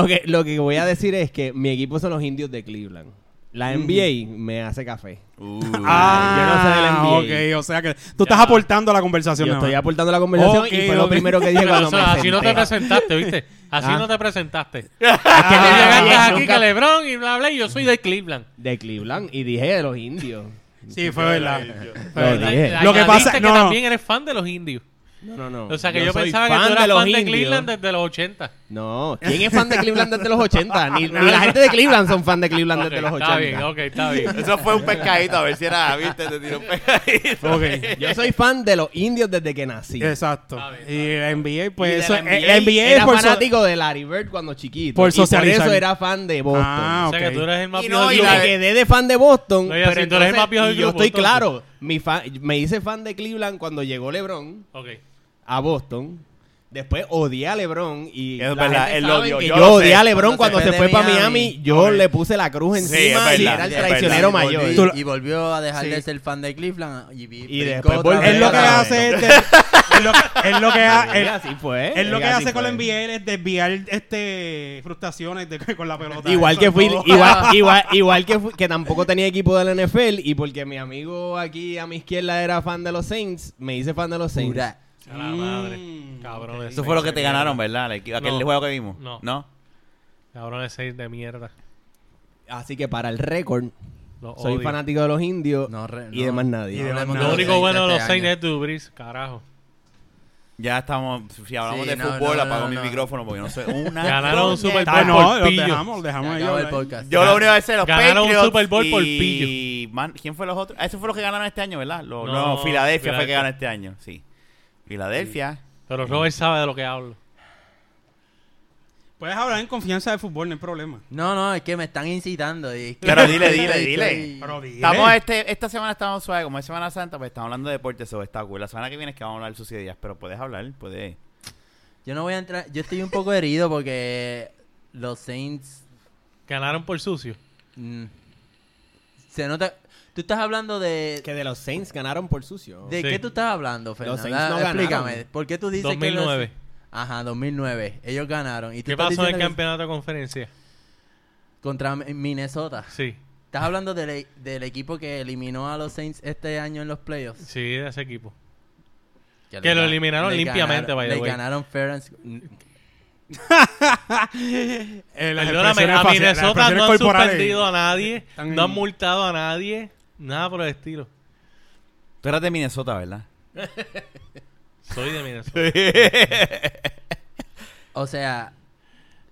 E: lo que, lo que voy a decir es que mi equipo son los indios de Cleveland. La NBA me hace café.
A: Uh.
E: Ah, yo no sé del NBA.
B: ok. O sea que tú estás aportando a la conversación.
E: Yo
B: nada más.
E: estoy aportando la conversación
B: Ok,
E: y fue lo
B: ok.
E: primero que dije
C: Pero,
E: cuando
C: o sea,
E: me
C: así no te
E: senté.
C: presentaste, ¿viste? Así
E: Ah.
C: no te presentaste.
B: Ah,
C: Tú
E: Es que no
C: llegaste
E: llegaste
C: aquí que LeBron y bla bla y yo soy de Cleveland.
E: de Cleveland y dije de los indios.
B: Sí, fue verdad. Fue
E: Lo
B: verdad.
E: dije.
B: Lo que
C: Añadiste
B: pasa-
C: eh, que
B: no, no.
C: también eres fan de los indios.
E: No, no, no.
C: O sea que yo,
E: soy
C: pensaba que tú eras
E: de los
C: fan de
E: indios.
C: Cleveland desde los 80.
E: No, ¿quién es fan de Cleveland desde los 80? Ni, ni la gente de Cleveland son fan de Cleveland
C: Ok,
E: desde los 80.
C: está bien, ok, está bien.
A: Eso fue un pescadito, a ver si era, viste, te tiró un pescadito.
E: Yo soy fan de los indios desde que nací.
B: Exacto.
C: Está bien,
B: Y el NBA,
E: Y de
B: pues eso.
E: la
B: El NBA es
E: era
B: por so-
E: fanático de Larry Bird cuando chiquito.
B: por
E: y por
B: socializar.
E: eso era fan de Boston.
B: Ah,
C: O sea
B: ok.
C: que tú eres el más
A: Y
C: viejo
A: no,
C: del
E: y
A: y la
E: me
C: grupo.
A: de-
E: quedé de fan de Boston.
C: No, y así
E: pero
C: tú eres el
E: entonces-
C: más viejo del
E: y yo
C: grupo,
E: estoy
C: entonces.
E: claro. Mi fa- me hice fan de Cleveland cuando llegó LeBron
C: Ok.
E: a Boston. Después odié a LeBron y
A: Es
E: la
A: verdad,
E: gente
A: él
E: sabe
A: odió,
E: que
A: yo
E: yo,
A: lo
E: odié
A: sé.
E: a LeBron
D: Cuando
E: cuando,
D: se
E: se
D: fue
E: fue
D: de
E: para
D: Miami,
E: Miami, yo le puse la cruz
A: Sí,
E: encima
D: Eh,
A: es verdad,
E: y era el
A: es verdad.
E: traicionero mayor.
D: Y,
B: Tú lo-
D: volví- y volvió a dejar
B: Sí.
D: de ser fan de Cleveland y, vi-
E: Y
D: brincó
E: después
D: otra
E: volvió-
D: vez
B: Él lo
D: a
B: que
D: la-
B: hace este, es. de- él lo que- Él lo que ha-
E: Sí,
B: él-
E: así fue.
B: él lo que
E: así
B: hace con la
E: fue.
B: NBA es desviar este, frustraciones de- con la pelota.
E: Igual
B: Eso
E: que
B: es
E: fui,
B: todo.
E: igual, igual, igual que fui- que tampoco tenía equipo de la NFL y porque mi amigo aquí a mi izquierda era fan de los Saints, me hice fan de los Saints.
D: Pura.
C: A la madre.
B: Mm,
C: Cabrones.
A: Eso fue lo que te ganaron, ¿verdad? El equi- Aquel
C: No.
A: juego que vimos.
C: No.
A: ¿No?
C: Cabrones 6 de mierda.
E: Así que para el récord,
C: Los
E: soy
C: odio.
E: fanático de los indios
D: No, re-
E: y de
D: no.
E: más nadie.
D: Y de más
C: Lo único
D: Saints
C: bueno de los
D: este
C: 6
D: año.
C: es Dubris, carajo.
A: Ya estamos, si hablamos
D: Sí,
A: de
D: no,
A: fútbol,
D: no,
A: apago
D: no,
A: mi
D: no.
A: micrófono porque yo no sé una.
C: Ganaron un
A: dónde-
C: Super
B: Ah,
C: Bowl
B: no,
C: por
B: lo
C: pillo.
B: dejamos, lo dejamos
D: Se
B: ahí
D: acabó el
B: hablar.
D: podcast.
A: Yo lo único que sé, los
C: Ganaron un
A: Patriots
C: Super Bowl por
A: y... man- ¿Quién fue los otros? Ah, Eso fue lo que ganaron este año, ¿verdad? Lo-
C: No,
A: no, Filadelfia fue que
C: Filadelfia.
A: ganó este año, sí. Filadelfia.
C: Pero Robert sabe de lo que hablo.
B: Puedes hablar en confianza de fútbol, no hay problema.
D: No, no, es que me están incitando. y es que-
A: Pero dile, dile, dile.
B: Pero dile.
A: Estamos este, esta semana estamos suave, como es Semana Santa, pues estamos hablando de deportes sobre está cool. La semana que viene es que vamos a hablar de suciedades, pero puedes hablar, puedes.
D: Yo no voy a entrar. Yo estoy un poco herido porque los Saints.
C: Ganaron por sucio.
D: mm, se nota. Tú estás hablando de.
E: Que de los Saints ganaron por sucio.
D: ¿De
C: Sí.
D: qué tú estás hablando, Fernando?
E: Saints no
D: Ah,
E: ganaron.
D: Explícame. ¿Por qué tú dices que. los-
C: 2009.
D: Ajá, 2009. Ellos ganaron. ¿Y tú
C: ¿Qué
D: estás
C: pasó en el
D: diciendo que-
C: campeonato de conferencia?
D: Contra Minnesota.
C: Sí.
D: Estás hablando del, del equipo que eliminó a los Saints este año en los playoffs.
C: Sí, de ese equipo.
D: Que,
C: lo
D: ga-
C: eliminaron
D: le
C: limpiamente,
D: ganaron-
C: by the
D: Le
C: way.
D: ganaron fair and squ-
B: Eh, las
C: Perdóname,
B: expresiones faciales-
C: a
B: las
C: Minnesota no han
B: expresiones corporales.
C: suspendido a
D: eh,
C: nadie,
B: Están-
C: no han multado a nadie, nada por el estilo.
A: Tú eras de Minnesota, ¿verdad?
C: Soy de Minnesota.
D: O sea,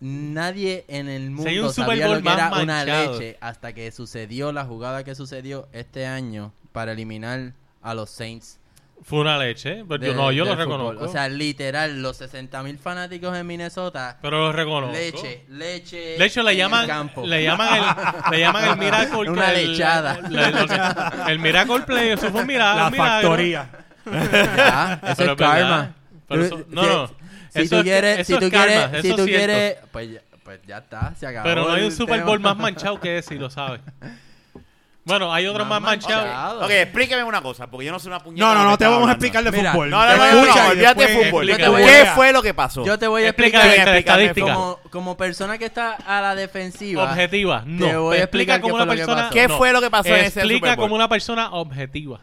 D: nadie en el mundo
C: hay un Super
D: sabía
C: Bowl
D: lo que
C: más
D: era una
C: manchado.
D: leche hasta que sucedió la jugada que sucedió este año para eliminar a los Saints.
C: Fue una leche, ¿eh? pero yo,
D: de-
C: no, yo lo
D: del fútbol.
C: reconozco.
D: O sea, literal, los 60 mil fanáticos en Minnesota.
C: pero lo reconozco.
D: Leche, leche.
C: De hecho, le
D: en el
C: llaman,
D: campo.
C: le llaman el, le llaman el miracle.
D: Una
C: el-
D: lechada.
C: la- lo que- el miracle play, eso fue un miracle.
B: La
C: un milagro.
B: factoría.
D: Ya, eso
C: Pero
D: es
C: verdad.
D: karma.
C: Pero
D: Tú-
C: eso- no,
D: si-
C: no.
D: Si
C: Eso
D: tú
C: es que-
D: quieres,
C: eso
D: si
C: es
D: tú
C: karma,
D: quieres, si
C: eso
D: tú
C: es cierto.
D: quieres, pues ya, pues ya está, se acabó.
C: Pero no hay un
D: el
C: Super
D: tema.
C: Bowl más manchado que ese, y lo sabes. Bueno, hay otro más, manchado.
A: Ok, explícame una cosa, porque yo no sé una puñeta.
B: No, no,
A: de lo
B: no
A: que
B: te
A: estás
B: vamos a
A: hablando.
B: explicar de
D: Mira,
B: fútbol.
A: No, no, no, no,
B: Escucha
A: no,
B: y
A: olvídate de
B: después-
A: fútbol.
C: explica.
A: ¿Qué fue lo que pasó?
D: Yo te voy a
C: Explícame,
D: explicar
A: explícame,
C: estadística.
D: como, como persona que está a la defensiva.
C: Objetiva, no.
D: Te voy a
C: explica
D: explicar
C: como
D: qué
C: una
D: fue lo que
C: persona.
D: pasó.
A: ¿Qué
C: no.
A: fue lo que pasó en ese
C: Explica
A: Super Bowl?
C: como una persona objetiva.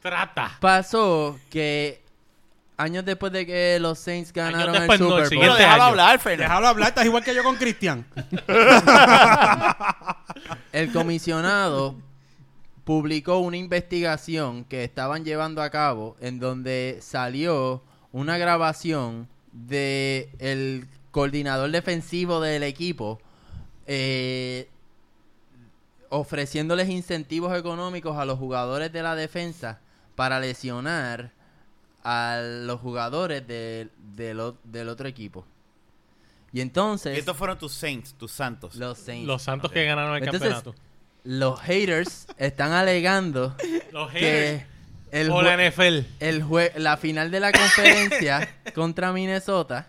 C: Trata.
D: Pasó que años después de que los Saints ganaron el
C: después, no, el
D: Super Bowl.
A: Pero
C: siguiente
A: déjalo
C: año.
A: hablar, Fernando.
B: Déjalo hablar, estás igual que yo con Cristian.
D: el comisionado publicó una investigación que estaban llevando a cabo en donde salió una grabación de el coordinador defensivo del equipo eh, ofreciéndoles incentivos económicos a los jugadores de la defensa para lesionar a los jugadores del- del o- del otro equipo. Y entonces,
A: Y estos fueron tus Saints, tus Santos.
D: los Saints,
C: Los
D: los,
C: Santos que ganaron el
D: Entonces,
C: campeonato.
D: haters están alegando
C: Los haters
D: que el,
C: o la
D: jue-
C: NFL.
D: el jue- la final de la conferencia contra Minnesota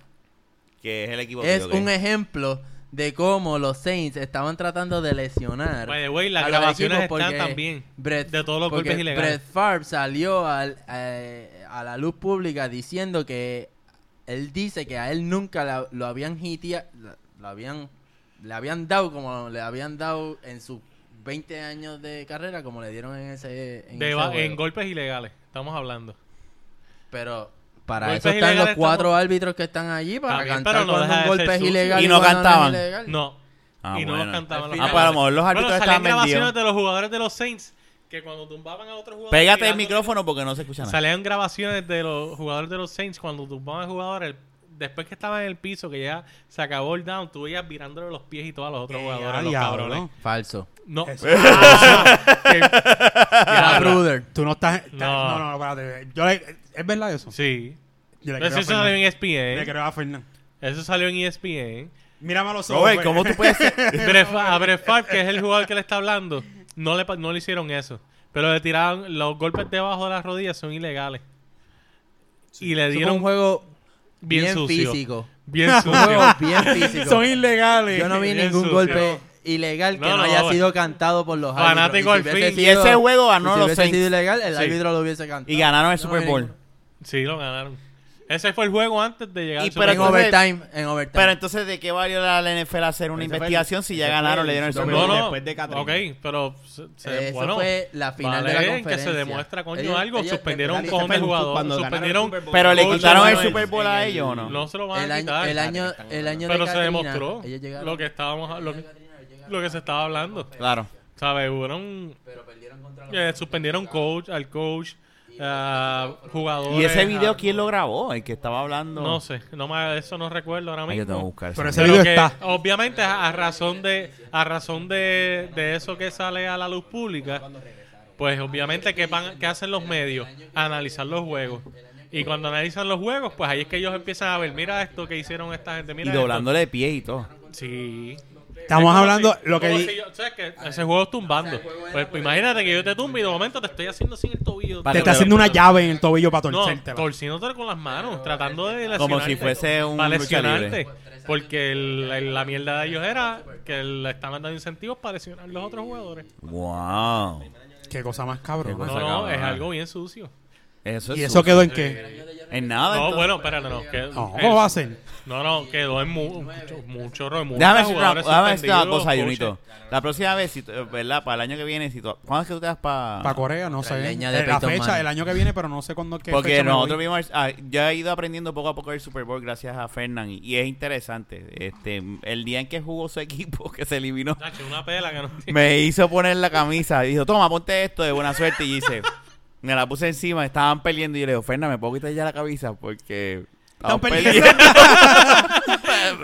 A: que es el equipo
D: es
A: que yo-
D: un ejemplo de cómo los Saints estaban tratando de lesionar.
C: By the way, las
D: a los
C: grabaciones
D: equipos
C: están
D: porque
C: también.
D: Brett-
C: de todos los
D: porque
C: golpes ilegales.
D: Brett Favre salió al- eh, a la luz pública diciendo que él dice que a él nunca la- lo habían hitia, la- lo habían, le habían dado como le habían dado en sus 20 años de carrera como le dieron en ese, en
C: De
D: ese
C: va-
D: juego.
C: en golpes ilegales, estamos hablando.
D: Pero para
C: Golpes
D: eso están los
C: ilegales
D: cuatro árbitros que están allí para
C: También,
D: cantar
C: pero no
D: cuando
C: deja
D: un
C: de
D: golpe
C: ser
D: es
C: sucio.
D: ilegal
A: Y no
D: cuando
A: cantaban.
D: es ilegal.
C: No.
A: Ah,
C: y no
A: bueno.
C: los cantaban
D: Al
C: los
D: final-
A: Ah, pues a lo mejor los
C: Bueno,
A: árbitros estaban
C: salían
A: vendidos.
C: grabaciones de los jugadores de los Saints que cuando tumbaban a otros jugadores.
A: Pégate el
C: tirando-
A: micrófono porque no se escucha nada.
C: Salían grabaciones de los jugadores de los Saints cuando tumbaban a jugadores. Después que estaban en el piso, que ya se acabó el down, tú veías mirándole los pies y todos a los otros jugadores,
B: Ah,
C: los
B: diablo.
C: cabrones.
D: Falso.
C: No.
B: Eso.
C: Que-
D: Ah,
C: Diablo.
D: brother.
B: Tú no estás. estás-
C: No.
B: No, no, no, espérate. Yo le- ¿Es verdad eso?
C: Sí.
B: Yo le
C: Pero
B: creo a
C: Eso salió
B: Fernan.
C: en E ESPN.
B: Le creo a Fernan.
C: Eso salió en E ESPN.
B: Mírame a los ojos. eh,
A: Robert,
B: güey.
A: ¿cómo tú puedes ser?
C: Brett Favre- a Brett Favre, que es el jugador que le está hablando, no le, pa- no le hicieron eso. Pero le tiraron, los golpes debajo de las rodillas son ilegales. Y le
D: Eso fue
C: dieron
D: un juego
C: bien,
D: bien,
C: sucio.
D: físico.
C: Bien
D: Un juego
C: sucio.
D: bien físico.
B: Son ilegales.
D: Yo no vi
C: bien
D: ningún
C: sucio.
D: golpe ilegal que
C: No,
D: no,
C: no,
D: haya
C: bueno.
D: sido cantado por los
C: Fanático
D: árbitros.
C: al
D: hubiese
C: fin.
A: Y ese juego ganó
D: y si
A: los
D: hubiese
A: Saints.
D: sido ilegal, el
C: Sí.
D: árbitro lo hubiese cantado.
A: Y ganaron el
D: Yo no
A: Super
D: vi
A: Bowl.
D: ningún-
C: sí, lo ganaron. Ese fue el juego antes de llegar
A: Y
C: al
A: pero
C: Super
D: en
C: Bowl.
A: entonces-
D: overtime, en overtime.
A: Pero entonces, ¿de qué valió la NFL hacer una
G: Ese fue el-
A: investigación si ya
G: ese fue
A: ganaron,
G: el
A: le dieron el
G: Super
A: Super
G: Bowl.
A: Bowl?
C: No, no.
G: después de Katrina.
C: ok, pero se- se-
D: Eso
C: bueno,
D: fue la final de la
C: vale, que se
D: conferencia.
C: demuestra, coño,
D: Ellos-
C: algo,
D: ellos-
C: suspendieron
D: el-
C: un cojón de
D: el-
C: jugadores.
G: cuando ganaron
C: suspendieron-
G: el Super Bowl.
A: Pero le
C: Coach
A: quitaron el
C: Manuel.
A: Super Bowl a ellos o no?
C: no se lo van
D: El
C: a
D: año,
C: quitar.
D: el año, el año de
C: pero se
D: Katrina,
C: demostró
D: ellos llegaron-
C: lo que estábamos lo que, lo que se estaba hablando.
A: Claro.
C: ¿Sabes? Hubo un-
D: Pero perdieron contra los-
C: eh, suspendieron coach, al coach, a jugadores.
A: ¿Y ese video
C: a-
A: quién lo grabó? El que estaba hablando.
C: No sé, no me, eso no recuerdo ahora
A: Ay, yo
C: mismo.
A: tengo que buscar.
B: Pero
A: ese
B: ese
A: video.
B: video
C: que,
B: está.
C: Obviamente, a a razón de a razón de, de eso que sale a la luz pública, pues obviamente, ¿qué, van, qué hacen los medios? Analizar los juegos. Y cuando analizan los juegos, pues ahí es que ellos empiezan a ver, mira esto que hicieron esta gente, mira
A: Y
C: esto".
A: doblándole de pie y todo.
C: Sí.
B: Estamos
C: Es como
B: hablando
C: si-
B: lo que
C: como
B: di-
C: si yo- ¿sabes qué? Ese juego es tumbando. Pues imagínate que yo te tumbo y de momento te estoy haciendo sin el tobillo.
A: Te
B: Te está
A: Pero-
B: haciendo una llave en el tobillo para
C: No,
B: torcértela.
C: torciéndote con las manos, tratando de lesionarte.
A: Como si fuese un
C: Para
A: lucha
C: lesionarte.
A: libre.
C: Porque el- el- la mierda de ellos era que le estaban dando incentivos para lesionar a los otros jugadores.
A: Wow.
B: Qué cosa más
A: Qué
B: cabrón.
A: cosa.
C: No,
A: Pues
C: no,
A: acabó,
C: es
A: ¿no?
C: algo bien sucio.
A: Eso es
B: ¿Y eso
A: sucio.
B: quedó en qué?
A: En nada.
C: No,
A: entonces.
C: bueno, espérate, no. que-
B: No,
C: el-
B: ¿cómo va a ser?
C: No, no, quedó en mu- mucho, mucho error, muchos
A: Déjame decir una,
C: jugadores
A: déjame decir una
C: suspendidos,
A: cosa,
C: coaches.
A: Junito. La próxima vez, si, tú- ¿verdad? Para el año que viene, si tú- ¿cuándo es que tú te vas para...?
B: Para Corea, no
D: Para
B: sé.
D: leña de
B: Eh, la
D: Peyton
B: fecha,
D: Manning.
B: el año que viene, pero no sé cuándo qué
A: Porque
B: fecha me voy.
A: nosotros vimos, ah, yo he ido aprendiendo poco a poco el Super Bowl gracias a Fernán y, y es interesante. Este, el día en que jugó su equipo, que se eliminó,
C: Nacho, una pela que no
A: me hizo poner la camisa. Y dijo, toma, ponte esto de buena suerte. Y dice, me la puse encima, estaban perdiendo. Y yo le digo, Fernán, ¿me puedo quitar ya la camisa? Porque estamos
B: perdiendo".
A: perdiendo.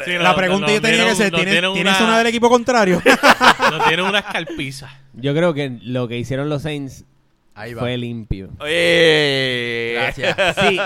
C: Sí, no,
B: La pregunta
C: no,
B: yo tenía
C: tiene
B: que
C: un-
B: ser,
C: no
B: ¿tienes,
C: tiene
B: ¿tienes
C: una-
B: una del equipo contrario?
C: No tiene una escalpiza.
E: Yo creo que lo que hicieron los Saints
D: Ahí va.
E: fue limpio.
A: Oye.
D: Gracias.
E: Sí,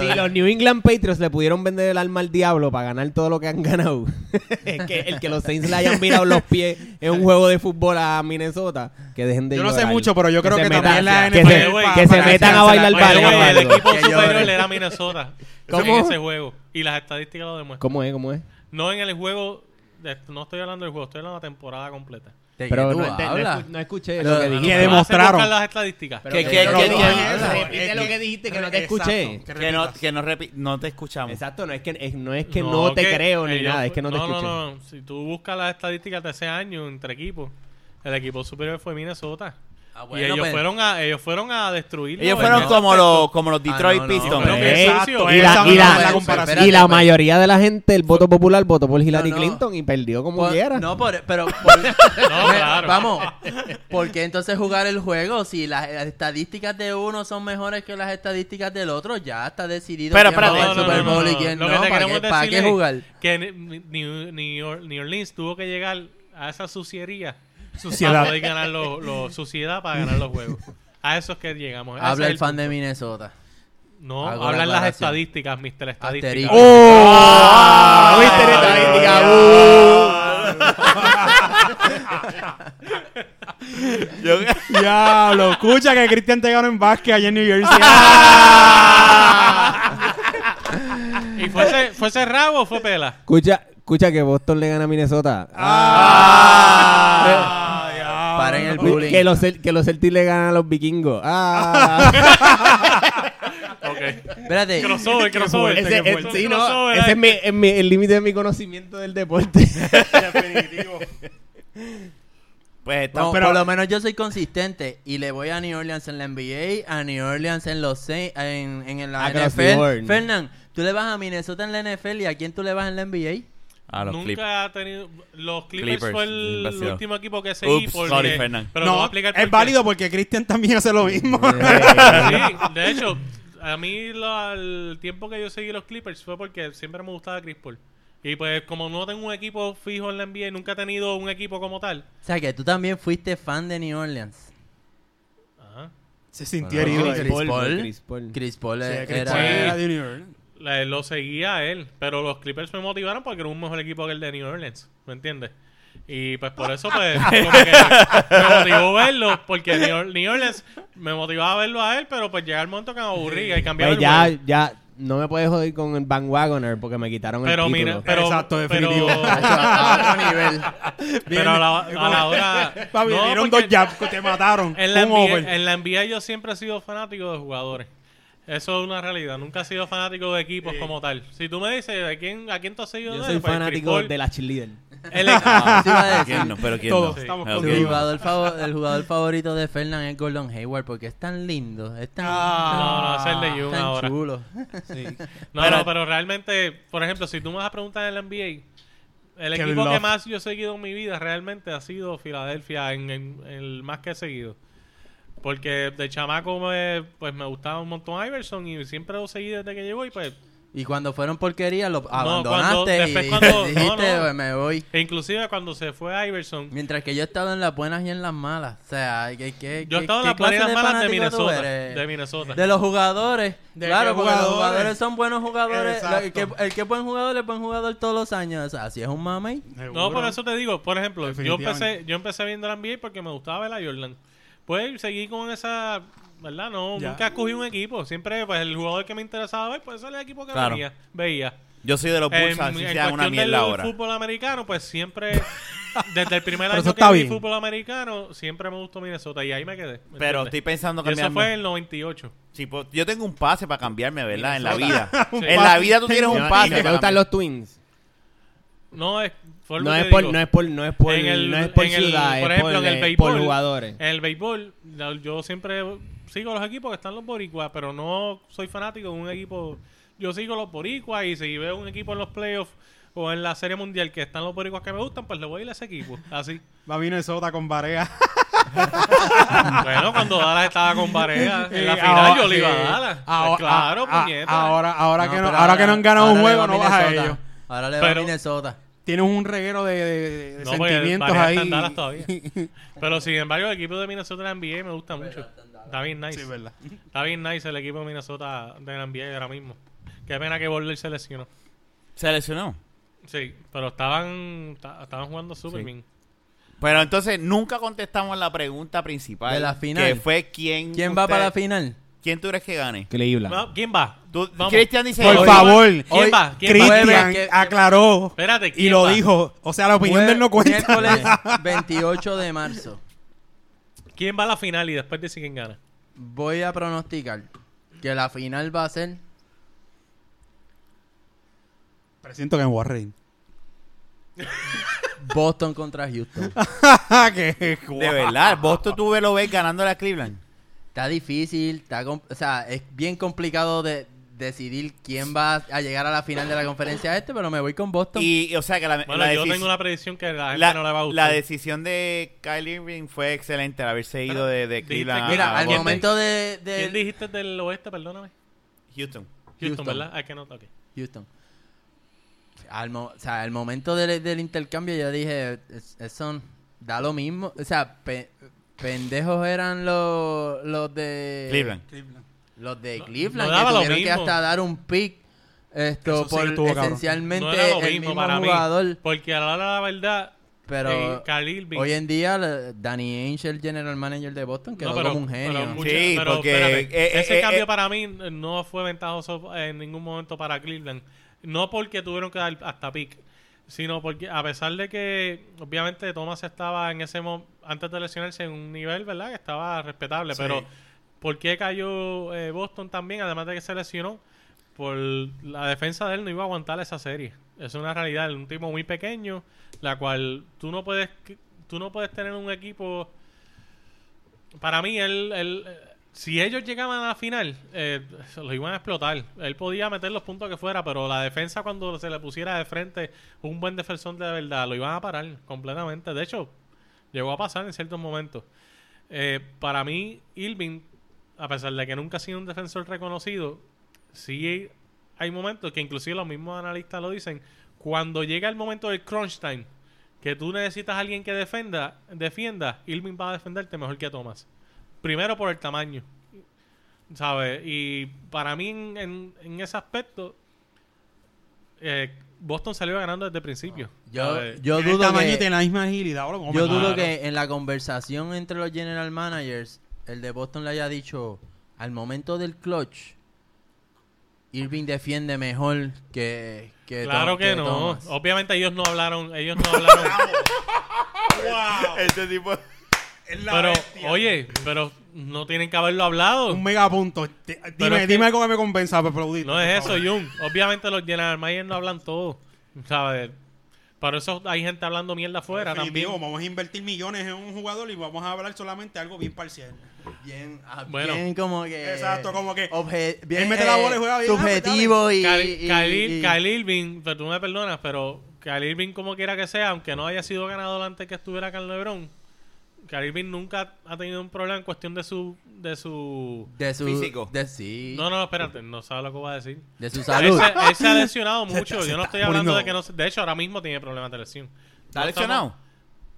E: si los New England Patriots le pudieron vender el alma al diablo para ganar todo lo que han ganado, es que el que los Saints le hayan mirado los pies en un juego de fútbol a Minnesota, que dejen de
B: Yo no sé
E: llorar.
B: mucho, pero yo creo que
E: se
B: también la
E: que
B: NFL
E: se-
C: pa-
E: que se
C: para
E: metan a
B: hacerse
E: bailar
B: la-
C: By the way,
E: para
C: el equipo
D: Que llore.
C: superior era Minnesota
D: ¿Cómo?
C: en ese juego. Y las estadísticas lo demuestran.
E: ¿Cómo es? ¿Cómo es?
C: No en el juego, de- no estoy hablando del juego, estoy hablando de la temporada completa.
D: ¿De qué
E: Pero
D: tú
E: no, ente- no
D: hablas?
E: escu- no escuché
D: Lo-
E: lo que
D: lo-
E: dijiste.
B: Que demostraron.
C: Vas a buscar las estadísticas.
D: Pero
A: ¿Qué-
D: ¿de
A: qué-
D: tú
A: qué- qué-
D: hablas?
E: Repite lo que dijiste que no te escuché.
A: Que no, que no, repi- no te escuchamos.
E: Exacto, no es que, es- no es que no, te creo ni
C: ellos-
E: nada, es que no te escuché.
C: No, no, Si tú buscas las estadísticas de ese año entre equipos, el equipo superior fue Minnesota.
D: Ah,
C: y
D: bueno,
C: ellos
D: pues,
C: fueron a ellos fueron a destruirlo.
A: Ellos
C: en
A: fueron
C: ese
A: como
C: aspecto.
A: los, como los Detroit
D: Ah, no, no.
A: Pistons.
C: Pero que
E: Eh,
C: sucio,
B: y
C: eh,
B: la-
C: esa
B: y la-
C: no es-
B: la
C: espérate,
B: comparación.
E: y la
D: pues.
E: mayoría de la gente, el voto popular, votó por Hillary
D: No, no.
E: Clinton y perdió como
D: por-
E: quiera.
D: No, por- pero... por-
C: No, claro.
D: Vamos, ¿por qué entonces jugar el juego? Si las, las estadísticas de uno son mejores que las estadísticas del otro, ya está decidido
A: Pero,
D: quién va
A: espérate.
D: al Super Bowl y quién
C: Lo
D: no.
C: que te
D: ¿Para
C: queremos
D: qué, para
C: decir
D: qué
C: es
D: jugar?
C: Que Ni- Ni- Ni Or- New Orleans tuvo que llegar a esa suciería.
B: Suciedad.
C: Para poder ganar los, los- suciedad para ganar los juegos. A eso es que llegamos. Ese
D: Habla
C: es
D: el fan de
C: punto.
D: Minnesota.
C: No,
D: Hago la
C: hablan las
D: aclaración.
C: estadísticas, Mr. Estadística.
D: Asterisco. Ah,
C: Ah,
E: ¡Oh!
A: Mister
E: Mister
A: Estadística, Yo-
B: Diablo, escucha que Cristian te ganó en básquet allá en New Jersey.
C: Oh. ¿Y fue, cer- fue cerrado o fue pela?
E: Escucha, escucha que Boston le gana a Minnesota. Ah,
B: Ah, diablo.
D: Paren el
E: Uy,
D: bullying.
E: que los Cel- que los Celtics le ganan a los vikingos. Ah.
C: Ok.
D: Espérate.
C: Crossover, crossover.
E: Ese-
B: Qué
E: es-
B: fuerte.
E: sí, no,
C: Crossover,
E: ese
C: eh.
E: es mi- es mi- el límite de mi conocimiento del deporte.
A: Pues está-
D: No,
B: pero-
D: por lo menos yo soy consistente y le voy a New Orleans en la NBA, a New Orleans en los Saints, en, en la
E: Ah, que los
D: NFL.
E: Seahorns.
D: Fernán, tú le vas a Minnesota en la NFL y a quién tú le vas en la NBA?
A: Ah, los
C: Nunca
A: clips.
C: ha tenido. Los Clippers,
A: Clippers,
C: fue el
A: vacío.
C: último equipo que seguí.
A: Ups,
C: porque-
A: sorry, Fernan.
C: Pero no,
B: no,
C: aplicar
B: es válido porque Cristian también hace lo mismo.
E: Eh,
C: Sí, de hecho, a mí lo- el tiempo que yo seguí los Clippers fue porque siempre me gustaba Chris Paul. Y pues, como no tengo un equipo fijo en la NBA y nunca he tenido un equipo como tal.
D: O sea que tú también fuiste fan de New Orleans.
C: Ajá.
B: Se sintió
D: Bueno,
B: herido.
D: Chris
B: ahí.
D: Paul.
E: Chris Paul.
D: Chris Paul e-
B: Sí,
D: era...
B: Chris Paul era de New Orleans.
C: La- lo seguía a él, pero los Clippers me motivaron porque era un mejor equipo que el de New Orleans, ¿me entiendes? Y pues por eso pues como que me motivó verlo, porque New, Or- New Orleans me motivaba a verlo a él, pero pues llega el momento que me aburría y cambiaba
E: Pues
C: el
E: ya,
C: juego.
E: ya, no me puedes joder con el bandwagoner porque me quitaron
C: Pero
E: el
C: mira,
E: título.
C: pero,
B: Exacto, definitivo.
C: Pero,
D: a otro nivel.
C: pero a, la, a la hora...
B: Papi,
C: no,
B: dieron
C: porque
B: dos jabs que te mataron.
C: en, la
B: Un
C: NBA,
B: over.
C: en la NBA yo siempre he sido fanático de jugadores. Eso es una realidad. Nunca he sido fanático de equipos como tal. Si tú me dices, ¿a quién, a quién tú has seguido?
E: Yo
C: de
E: soy
C: él? Pues, Chris
E: fanático
C: Paul.
E: de la cheerleader.
C: El-
A: Ah,
D: Sí, iba a decir.
A: ¿quién no? Pero quién
B: Todos
A: no.
B: estamos
A: Ok.
B: con
D: El jugador, favo- el jugador favorito de Fernán es Gordon Hayward porque es tan lindo, es tan,
C: Ah, No, no, es el de
D: Ah, tan
C: Yuma ahora.
D: chulo.
C: No,
A: Pero-
C: no, pero realmente, por ejemplo, si tú me vas a preguntar en la NBA, el
B: Kevin
C: equipo que
B: Love.
C: más yo he seguido en mi vida realmente ha sido Filadelfia, en, en- el más que he seguido. Porque de chamaco me, pues me gustaba un montón Iverson y siempre lo seguí desde que llegó y pues
D: Y cuando fueron porquería lo abandonaste
C: cuando-
D: y
C: después cuando-
D: dijiste,
C: no, no.
D: me voy.
C: e inclusive cuando se fue Iverson
D: Mientras que yo he estado en las buenas y en las malas. O sea, ¿qué, qué,
C: yo
D: qué-
C: he estado en
D: qué
C: las
D: clase
C: buenas
D: de
C: malas de
D: fanático tú
C: Minnesota,
D: eres?
C: de Minnesota.
D: De los jugadores.
B: ¿De
D: claro,
B: qué
D: porque los
B: jugadores?
D: jugadores son buenos jugadores. La- el que,
B: Exacto.
D: el que es buen jugador es buen jugador todos los años. O sea, así es un mame.
C: No, por eso te digo, por ejemplo, yo empecé,
B: Definitivamente.
C: yo empecé viendo la NBA porque me gustaba ver a Jordan. Pues seguí con esa, ¿verdad? No,
B: Ya.
C: nunca escogí un equipo. Siempre, pues, el jugador que me interesaba ver, pues ese era el equipo que
A: Claro.
C: venía, veía.
A: Yo soy de los Bulls,
C: Eh, En-
A: así
C: en
A: sea una
C: cuestión
A: mierda
C: del
A: ahora.
C: fútbol americano, pues siempre, desde el primer
B: Pero
C: año
B: eso
C: que
B: está
C: vi
B: bien.
C: fútbol americano, siempre me gustó Minnesota y ahí me quedé. ¿me
A: Pero estoy
C: entiendes?
A: pensando
C: Y eso
A: cambiarme.
C: fue en el 98.
A: Sí, pues, yo tengo un pase para cambiarme, ¿verdad? En la vida.
C: Un
A: en la
B: pase.
A: vida tú tienes
E: No,
A: un
E: y
A: pase.
E: que te
A: para
E: gustan
A: cambiar.
E: los Twins.
C: No es, fue lo
E: No
C: que
E: es, por,
C: digo.
E: no es por, no es por,
C: En el-
E: no es por
C: en el-
E: ciudad,
C: por
E: es
C: ejemplo,
E: por,
C: en el
E: eh,
C: béisbol,
E: por jugadores.
C: En el béisbol, la- yo siempre sigo los equipos que están los boricuas, pero no soy fanático de un equipo. Yo sigo los boricuas y si veo un equipo en los playoffs o en la Serie Mundial que están los boricuas que me gustan, pues le voy a ir a ese equipo. Así.
B: Va Minnesota con Barea.
C: bueno, cuando Dallas estaba con Barea en la
B: Y
C: final,
B: ahora-
C: yo le iba
B: sí.
C: a Dallas. Pues
B: Ahora-
E: ah,
C: claro,
B: a- a-
C: puñeta.
B: Ahora, ahora, que, no,
D: pero
B: ahora, que no han ganado
D: ahora
B: un
D: le
B: juego,
D: va
B: no vas a
D: Minnesota.
B: ellos.
D: Ahora le va
C: Pero-
D: a Minnesota.
B: Tienes un reguero de, de- de
C: No, porque
B: sentimientos
C: Barea
B: ahí.
C: está en Dallas todavía. Pero sin embargo, el equipo de Minnesota en la NBA me gusta mucho. Está bien nice.
B: Sí, verdad.
C: Está bien nice el equipo de Minnesota de la NBA ahora mismo. Qué pena que Boller se lesionó.
A: Se lesionó.
C: Sí, pero estaban ta- estaban jugando super
A: Sí.
C: bien.
A: Pero entonces nunca contestamos la pregunta principal.
D: De la final.
A: Que fue quién.
D: ¿Quién va
A: usted-
D: para la final?
A: ¿Quién tú crees que gane?
E: Cleveland.
C: No, ¿Quién va?
A: Tú-
C: Vamos.
A: Cristian dice.
B: Por
A: hoy.
B: favor.
C: ¿Quién va? ¿Quién va?
B: Cristian
D: Jueves, que-
B: aclaró
C: Espérate,
B: y
C: ¿quién
B: lo
C: va?
B: dijo. O sea, la opinión
D: Jue-
B: de él Pues, no cuenta.
D: Miércoles 28 de marzo.
C: ¿Quién va a la final y después dice quién gana?
D: Voy a pronosticar que la final va a ser
B: Presiento que en Warren.
D: Boston contra Houston.
B: Ah, que,
A: De verdad, Boston tú ve- lo ves ganando a Cleveland.
D: Está difícil, está com- o sea, es bien complicado de decidir quién va a llegar a la final de la conferencia este, pero me voy con Boston.
A: Y, y, o sea, que la,
C: Bueno,
A: la
C: yo
A: decis-
C: tengo una predicción que la gente
A: la-
C: no le va
A: la
C: a gustar.
A: decisión de Kyle Irving fue excelente al haberse ido de, de
C: dijiste
A: Cleveland.
C: que-
A: a
D: Mira, al
A: Ah, Boston.
D: momento de, de-
C: ¿Quién dijiste del oeste? Perdóname.
A: Houston.
C: Houston,
D: Houston.
C: ¿verdad? Ah, que no toque.
D: Houston. Al, mo- o sea, al momento del, del intercambio yo dije, "Es- eso da lo mismo, o sea, pe- pendejos eran los los de
A: Cleveland.
D: Los de Cleveland,
C: no daba
D: que
C: lo
D: tuvieron que
C: mismo.
D: hasta dar un pick esto,
B: Eso sí
D: por
B: que estuvo cabrón.
D: esencialmente
C: No era lo
D: el
C: mismo
D: mismo
C: para
D: jugador.
C: mí. Porque a la hora de la verdad,
D: Pero
C: eh, Khalil Bean-
D: hoy en día, la- Danny Ainge, el general manager de Boston, quedó
C: No, pero-
D: como un genio.
C: pero mucho-
A: Sí,
C: pero
A: porque,
C: espérate,
A: eh, eh,
C: ese
A: eh,
C: cambio
A: eh.
C: para mí no fue ventajoso en ningún momento para Cleveland. No porque tuvieron que dar hasta pick, sino porque a pesar de que obviamente Thomas estaba en ese mo- antes de lesionarse en un nivel, ¿verdad? Que estaba respetable, pero ¿por qué cayó eh, Boston también además de que se lesionó? Por la defensa de él no iba a aguantar esa serie. Es una realidad, un tipo muy pequeño, la cual tú no puedes tú no puedes tener un equipo para mí, él, él, eh, si ellos llegaban a la final, eh, se los iban a explotar. Él podía meter los puntos que fuera, pero la defensa cuando se le pusiera de frente un buen defensor de verdad, lo iban a parar completamente. De hecho, llegó a pasar en ciertos momentos. Eh, para mí, Irving, a pesar de que nunca ha sido un defensor reconocido, sí hay momentos que inclusive los mismos analistas lo dicen, cuando llega el momento del crunch time, que tú necesitas a alguien que defenda, defienda, Irving va a defenderte mejor que Thomas. Primero por el tamaño, ¿sabes? Y para mí en, en- en ese aspecto, eh, Boston salió ganando desde el principio.
D: yo
C: ¿sabes?
D: yo
B: Tiene el
D: dudo
B: este tamaño y
D: que,
B: tiene la misma agilidad. bro, como
D: yo
B: me-
D: dudo
C: Claro.
D: que en la conversación entre los general managers, el de Boston le haya dicho, al momento del clutch, Irving defiende mejor que, que
C: Claro
D: Tom-
C: que no.
D: Thomas".
C: Obviamente ellos no hablaron, ellos no hablaron.
A: Este tipo.
B: Es la
C: pero,
B: bestia.
C: oye, pero no tienen que haberlo hablado.
B: Un megapunto. Te- Dime,
C: es que-
B: dime cómo me compensa para aplaudir.
C: No es eso, Jun. Obviamente los general managers no hablan todo, ¿sabes? Para eso hay gente hablando mierda afuera también.
B: Definitivo, vamos a invertir millones en un jugador y vamos a hablar solamente algo bien parcial.
D: Bien, ah,
C: Bueno.
D: bien como que...
B: Exacto, como que-
D: obje- bien, eh,
B: Él mete la bola y juega bien, ah, pues
D: Subjetivo y...
C: Kyle,
D: y-
C: Khalil-
D: y-
C: Kyle Irving, pero tú me perdonas, pero Kyle Irving como quiera que sea, aunque no haya sido ganador antes que estuviera acá en LeBron, Kyle Irving nunca ha tenido un problema en cuestión de su... De su...
D: de su,
A: Físico.
D: De, sí,
C: No, no, espérate, no sabes lo que voy a decir.
D: de su
C: Él
D: salud.
C: se, él se ha lesionado
B: Se
C: mucho.
B: está- se
C: Yo no
B: está
C: estoy hablando
B: poniendo-
C: de que no se- De hecho, ahora mismo tiene problemas de lesión.
A: ¿Está
C: No
A: lesionado?
C: estamos-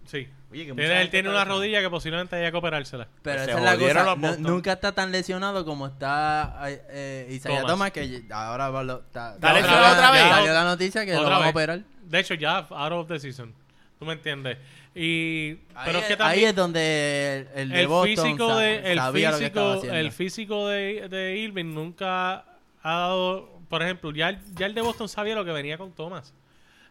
C: Sí.
A: Oye, que
C: Tiene-
A: mucha gente
C: él tiene
A: está
C: una
A: lesionada.
C: rodilla que posiblemente haya que operársela.
D: Pero
A: Se
D: esa es la
A: jodieron
D: cosa.
A: los
D: no-
A: Boston.
D: nunca está tan lesionado como está eh, eh, Isaiah
C: Thomas.
D: Thomas, que ahora va lo- está,
A: Está
D: ya
A: lesionado
D: salió-
A: otra vez.
D: ya Salió la noticia que lo
C: Otra
D: van a
C: vez.
D: operar.
C: De hecho, ya out of the season. ¿Tú me entiendes? Y...
D: Ahí,
C: pero es que
D: es, ahí
C: también...
D: es donde el, el de
C: el
D: Boston
C: físico
D: sa-
C: de el
D: sabía lo que estaba
C: físico
D: haciendo.
C: el físico de, de Irving nunca ha dado por ejemplo ya, el- ya el de Boston sabía lo que venía con Thomas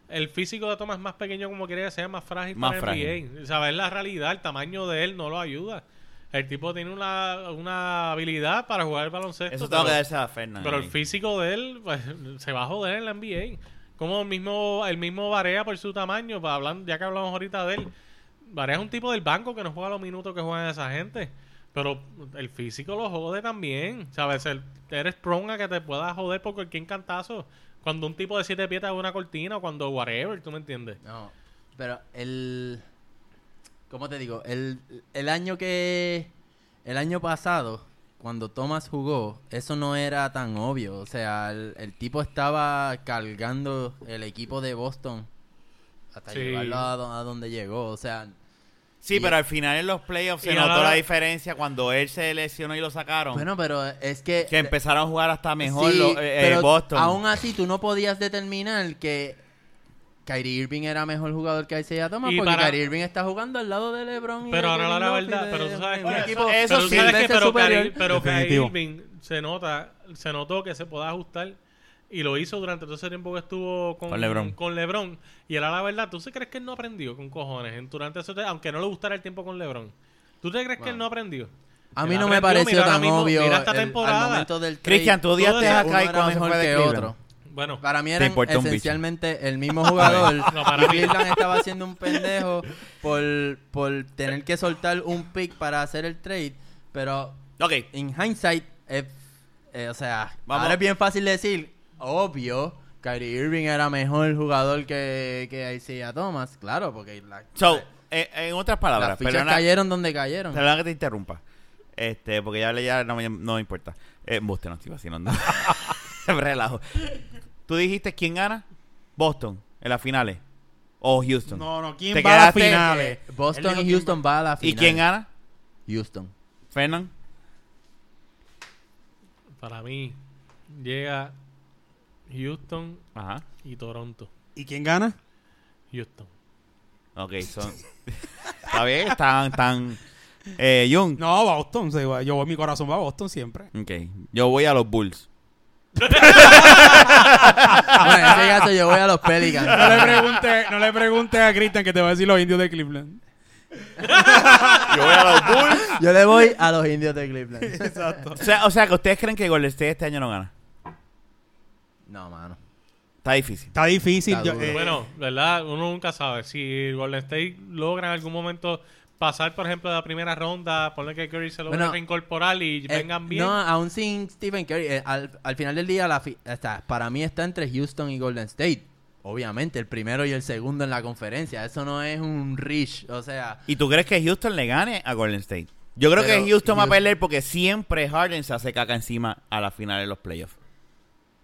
C: el físico de Thomas es más pequeño como quería que sea más frágil
A: Más
C: para el NBA saber la realidad el tamaño de él no lo ayuda el tipo tiene una, una habilidad para jugar el baloncesto
A: Eso tengo que
C: pero-
A: darse a Fernández.
C: pero el físico de él pues, se va a joder en la NBA. Como el mismo, el mismo Varea por su tamaño, pa- hablando, ya que hablamos ahorita de él, Varea es un tipo del banco que no juega los minutos que juegan esa gente. Pero el físico lo jode también. ¿Sabes? El- eres prone a que te puedas joder por cualquier cantazo. Cuando un tipo de siete pies te da una cortina o cuando whatever, ¿tú me entiendes?
D: No, pero el... ¿Cómo te digo? El, el año que... El año pasado, cuando Thomas jugó, eso no era tan obvio. O sea, el, el tipo estaba cargando el equipo de Boston hasta
C: Sí.
D: llevarlo a, do- a donde llegó. O sea,
A: Sí,
D: Y-
A: pero al final en los playoffs se
C: y
A: notó
C: ahora-
A: la diferencia cuando él se lesionó y lo sacaron.
D: bueno, pero es que...
A: que empezaron a jugar hasta mejor
D: Sí,
A: los, eh, eh,
D: pero
A: Boston.
D: Aún así, tú no podías determinar que Kyrie Irving era mejor jugador que Isaiah Thomas
C: Y
D: porque
C: para-
D: Kyrie Irving está jugando al lado de LeBron. y
C: Pero
D: de
C: ahora la
D: Kevin Love y
C: verdad, pero tú
D: de-
C: sabes
D: un
C: que-
D: equipo
A: pero
C: Pero
A: Eso
C: tú
A: sí,
D: mil
C: sabes que,
D: veces
C: pero,
D: superior.
C: Kyrie- pero Kyrie
B: Definitivo.
C: Irving se nota, se notó que se podía ajustar y lo hizo durante todo ese tiempo que estuvo con,
A: Con LeBron.
C: con LeBron. Y ahora la verdad, ¿tú se crees que él no aprendió con cojones en- durante ese tiempo, aunque no le gustara el tiempo con LeBron? ¿Tú te crees que él no aprendió?
D: A
C: Él
D: mí no me
C: aprendió,
D: pareció
C: mira ahora
D: tan
C: mismo,
D: obvio.
C: Mira esta
D: el- Al
C: temporada.
D: momento del trade,
A: Cristian, tú odiaste a
D: uno
A: Kai
D: era
A: cuando se
D: mejor
A: fue de
D: que
A: Cleveland.
D: otro.
C: Bueno,
D: Para mí
A: Te
D: eran
A: importa un bicho.
D: esencialmente el mismo jugador.
C: No, para
D: y
C: mí-
D: Cleveland estaba haciendo un pendejo por, por tener que soltar un pick para hacer el trade. Pero
A: Ok,
D: en hindsight, es- eh, o sea,
A: Vamos.
D: ahora es bien fácil decir, obvio, Kyrie Irving era mejor jugador que, que Isaiah Thomas, claro, porque la-
A: so, eh, en otras palabras,
D: las fichas
A: perdona,
D: cayeron donde
B: Ah.
D: cayeron.
A: perdona que te interrumpa. Este, porque ya, le- ya no, me, no me importa. Eh, embuste, no estoy vacilando. Relajo. Tú dijiste quién gana? Boston, en las finales. O Houston.
B: No, no, ¿quién
A: Te
B: va a las
A: quedaste-
B: finales? Él
D: Boston
B: dijo
D: y
B: quién
D: Houston va a la
A: ¿Y
D: final.
A: quién gana?
D: Houston.
A: Fernan.
C: para mí, llega Houston
A: Ajá.
C: y Toronto.
B: ¿Y quién gana?
C: Houston.
A: Ok, son. Está bien, están. están eh, Jung.
B: No, Boston. se va- Yo voy, mi corazón va a Boston siempre.
A: Ok, yo voy a los Bulls.
D: Bueno, en ese caso yo voy a los
B: No
D: Pelicans.
B: le preguntes no le preguntes a Cristian que te va a decir los indios de Cleveland.
A: Yo voy a los Bulls.
D: Yo le voy a los indios de Cleveland.
B: Exacto.
A: O sea, o sea, que ustedes creen que Golden State este año no gana.
D: No, mano.
A: Está difícil.
B: Está difícil.
D: Está
B: yo-
D: duro.
B: eh,
C: Bueno, ¿verdad? Uno nunca sabe. Si Golden State logra en algún momento pasar, por ejemplo, de la primera ronda, ponle que Curry se logra
D: Bueno,
C: reincorporar y
D: Eh,
C: vengan bien.
D: No, aún sin Stephen Curry. eh, al, al final del día, la fi- está- para mí está entre Houston y Golden State. Obviamente, el primero y el segundo en la conferencia. Eso no es un reach. O sea,
A: ¿Y tú crees que Houston le gane a Golden State? Yo creo que
D: Pero
A: Houston va a
D: Houston-
A: perder porque siempre Harden se hace caca encima a la final de los playoffs.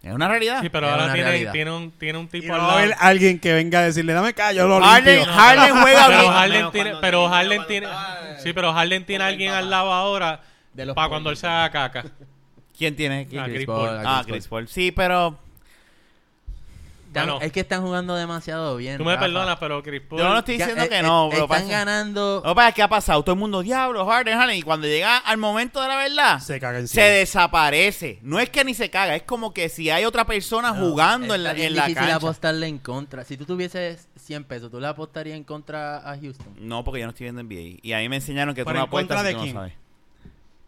A: Es una realidad.
C: Sí, pero
D: Es
C: ahora
D: una
C: tiene,
D: realidad.
C: tiene un, tiene un
B: y
C: tipo
B: no
C: al
B: va a
C: lado.
B: haber alguien que venga a decirle, dame callo, lo
A: Harden,
B: limpio.
A: Harden juega
C: pero
A: bien.
C: Harden
G: Menos
C: tiene,
G: cuando
C: pero
G: tenía-
C: Harden
G: cuando
C: tiene,
G: estaba,
C: sí, pero Harden tiene
G: con el
C: alguien
G: papá.
C: al lado ahora
G: De los
C: para cuando él se haga caca.
A: ¿Quién tiene aquí?
C: Ah, Chris
D: Chris
C: Paul.
D: Paul,
A: Ah, Chris Paul. Sí, pero
D: Están-
C: Bueno.
D: es que están jugando demasiado bien.
C: Tú me
D: Rafa.
C: perdonas, pero Chris Paul.
A: yo no estoy
D: Ya,
A: diciendo
D: eh,
A: que
D: eh,
A: no, bro.
D: Están
A: pasa-
D: ganando.
A: Lo que pasa es que ha pasado todo el mundo, diablo, Harden, Harden. Y cuando llega al momento de la verdad,
B: Se caga
A: se
B: encima.
A: desaparece. No es que ni se caga, es como que si hay otra persona jugando en la,
D: Está bien
A: en la
D: difícil
A: cancha.
D: apostarle en contra. Si tú tuvieses 100 pesos, ¿tú le apostarías en contra a Houston?
A: No, porque yo no estoy viendo NBA. Y a mí me enseñaron que tú
B: ¿Pero
A: no
B: en
A: apuestas
B: contra
A: si
B: de
A: tú
B: quién?
A: no sabes.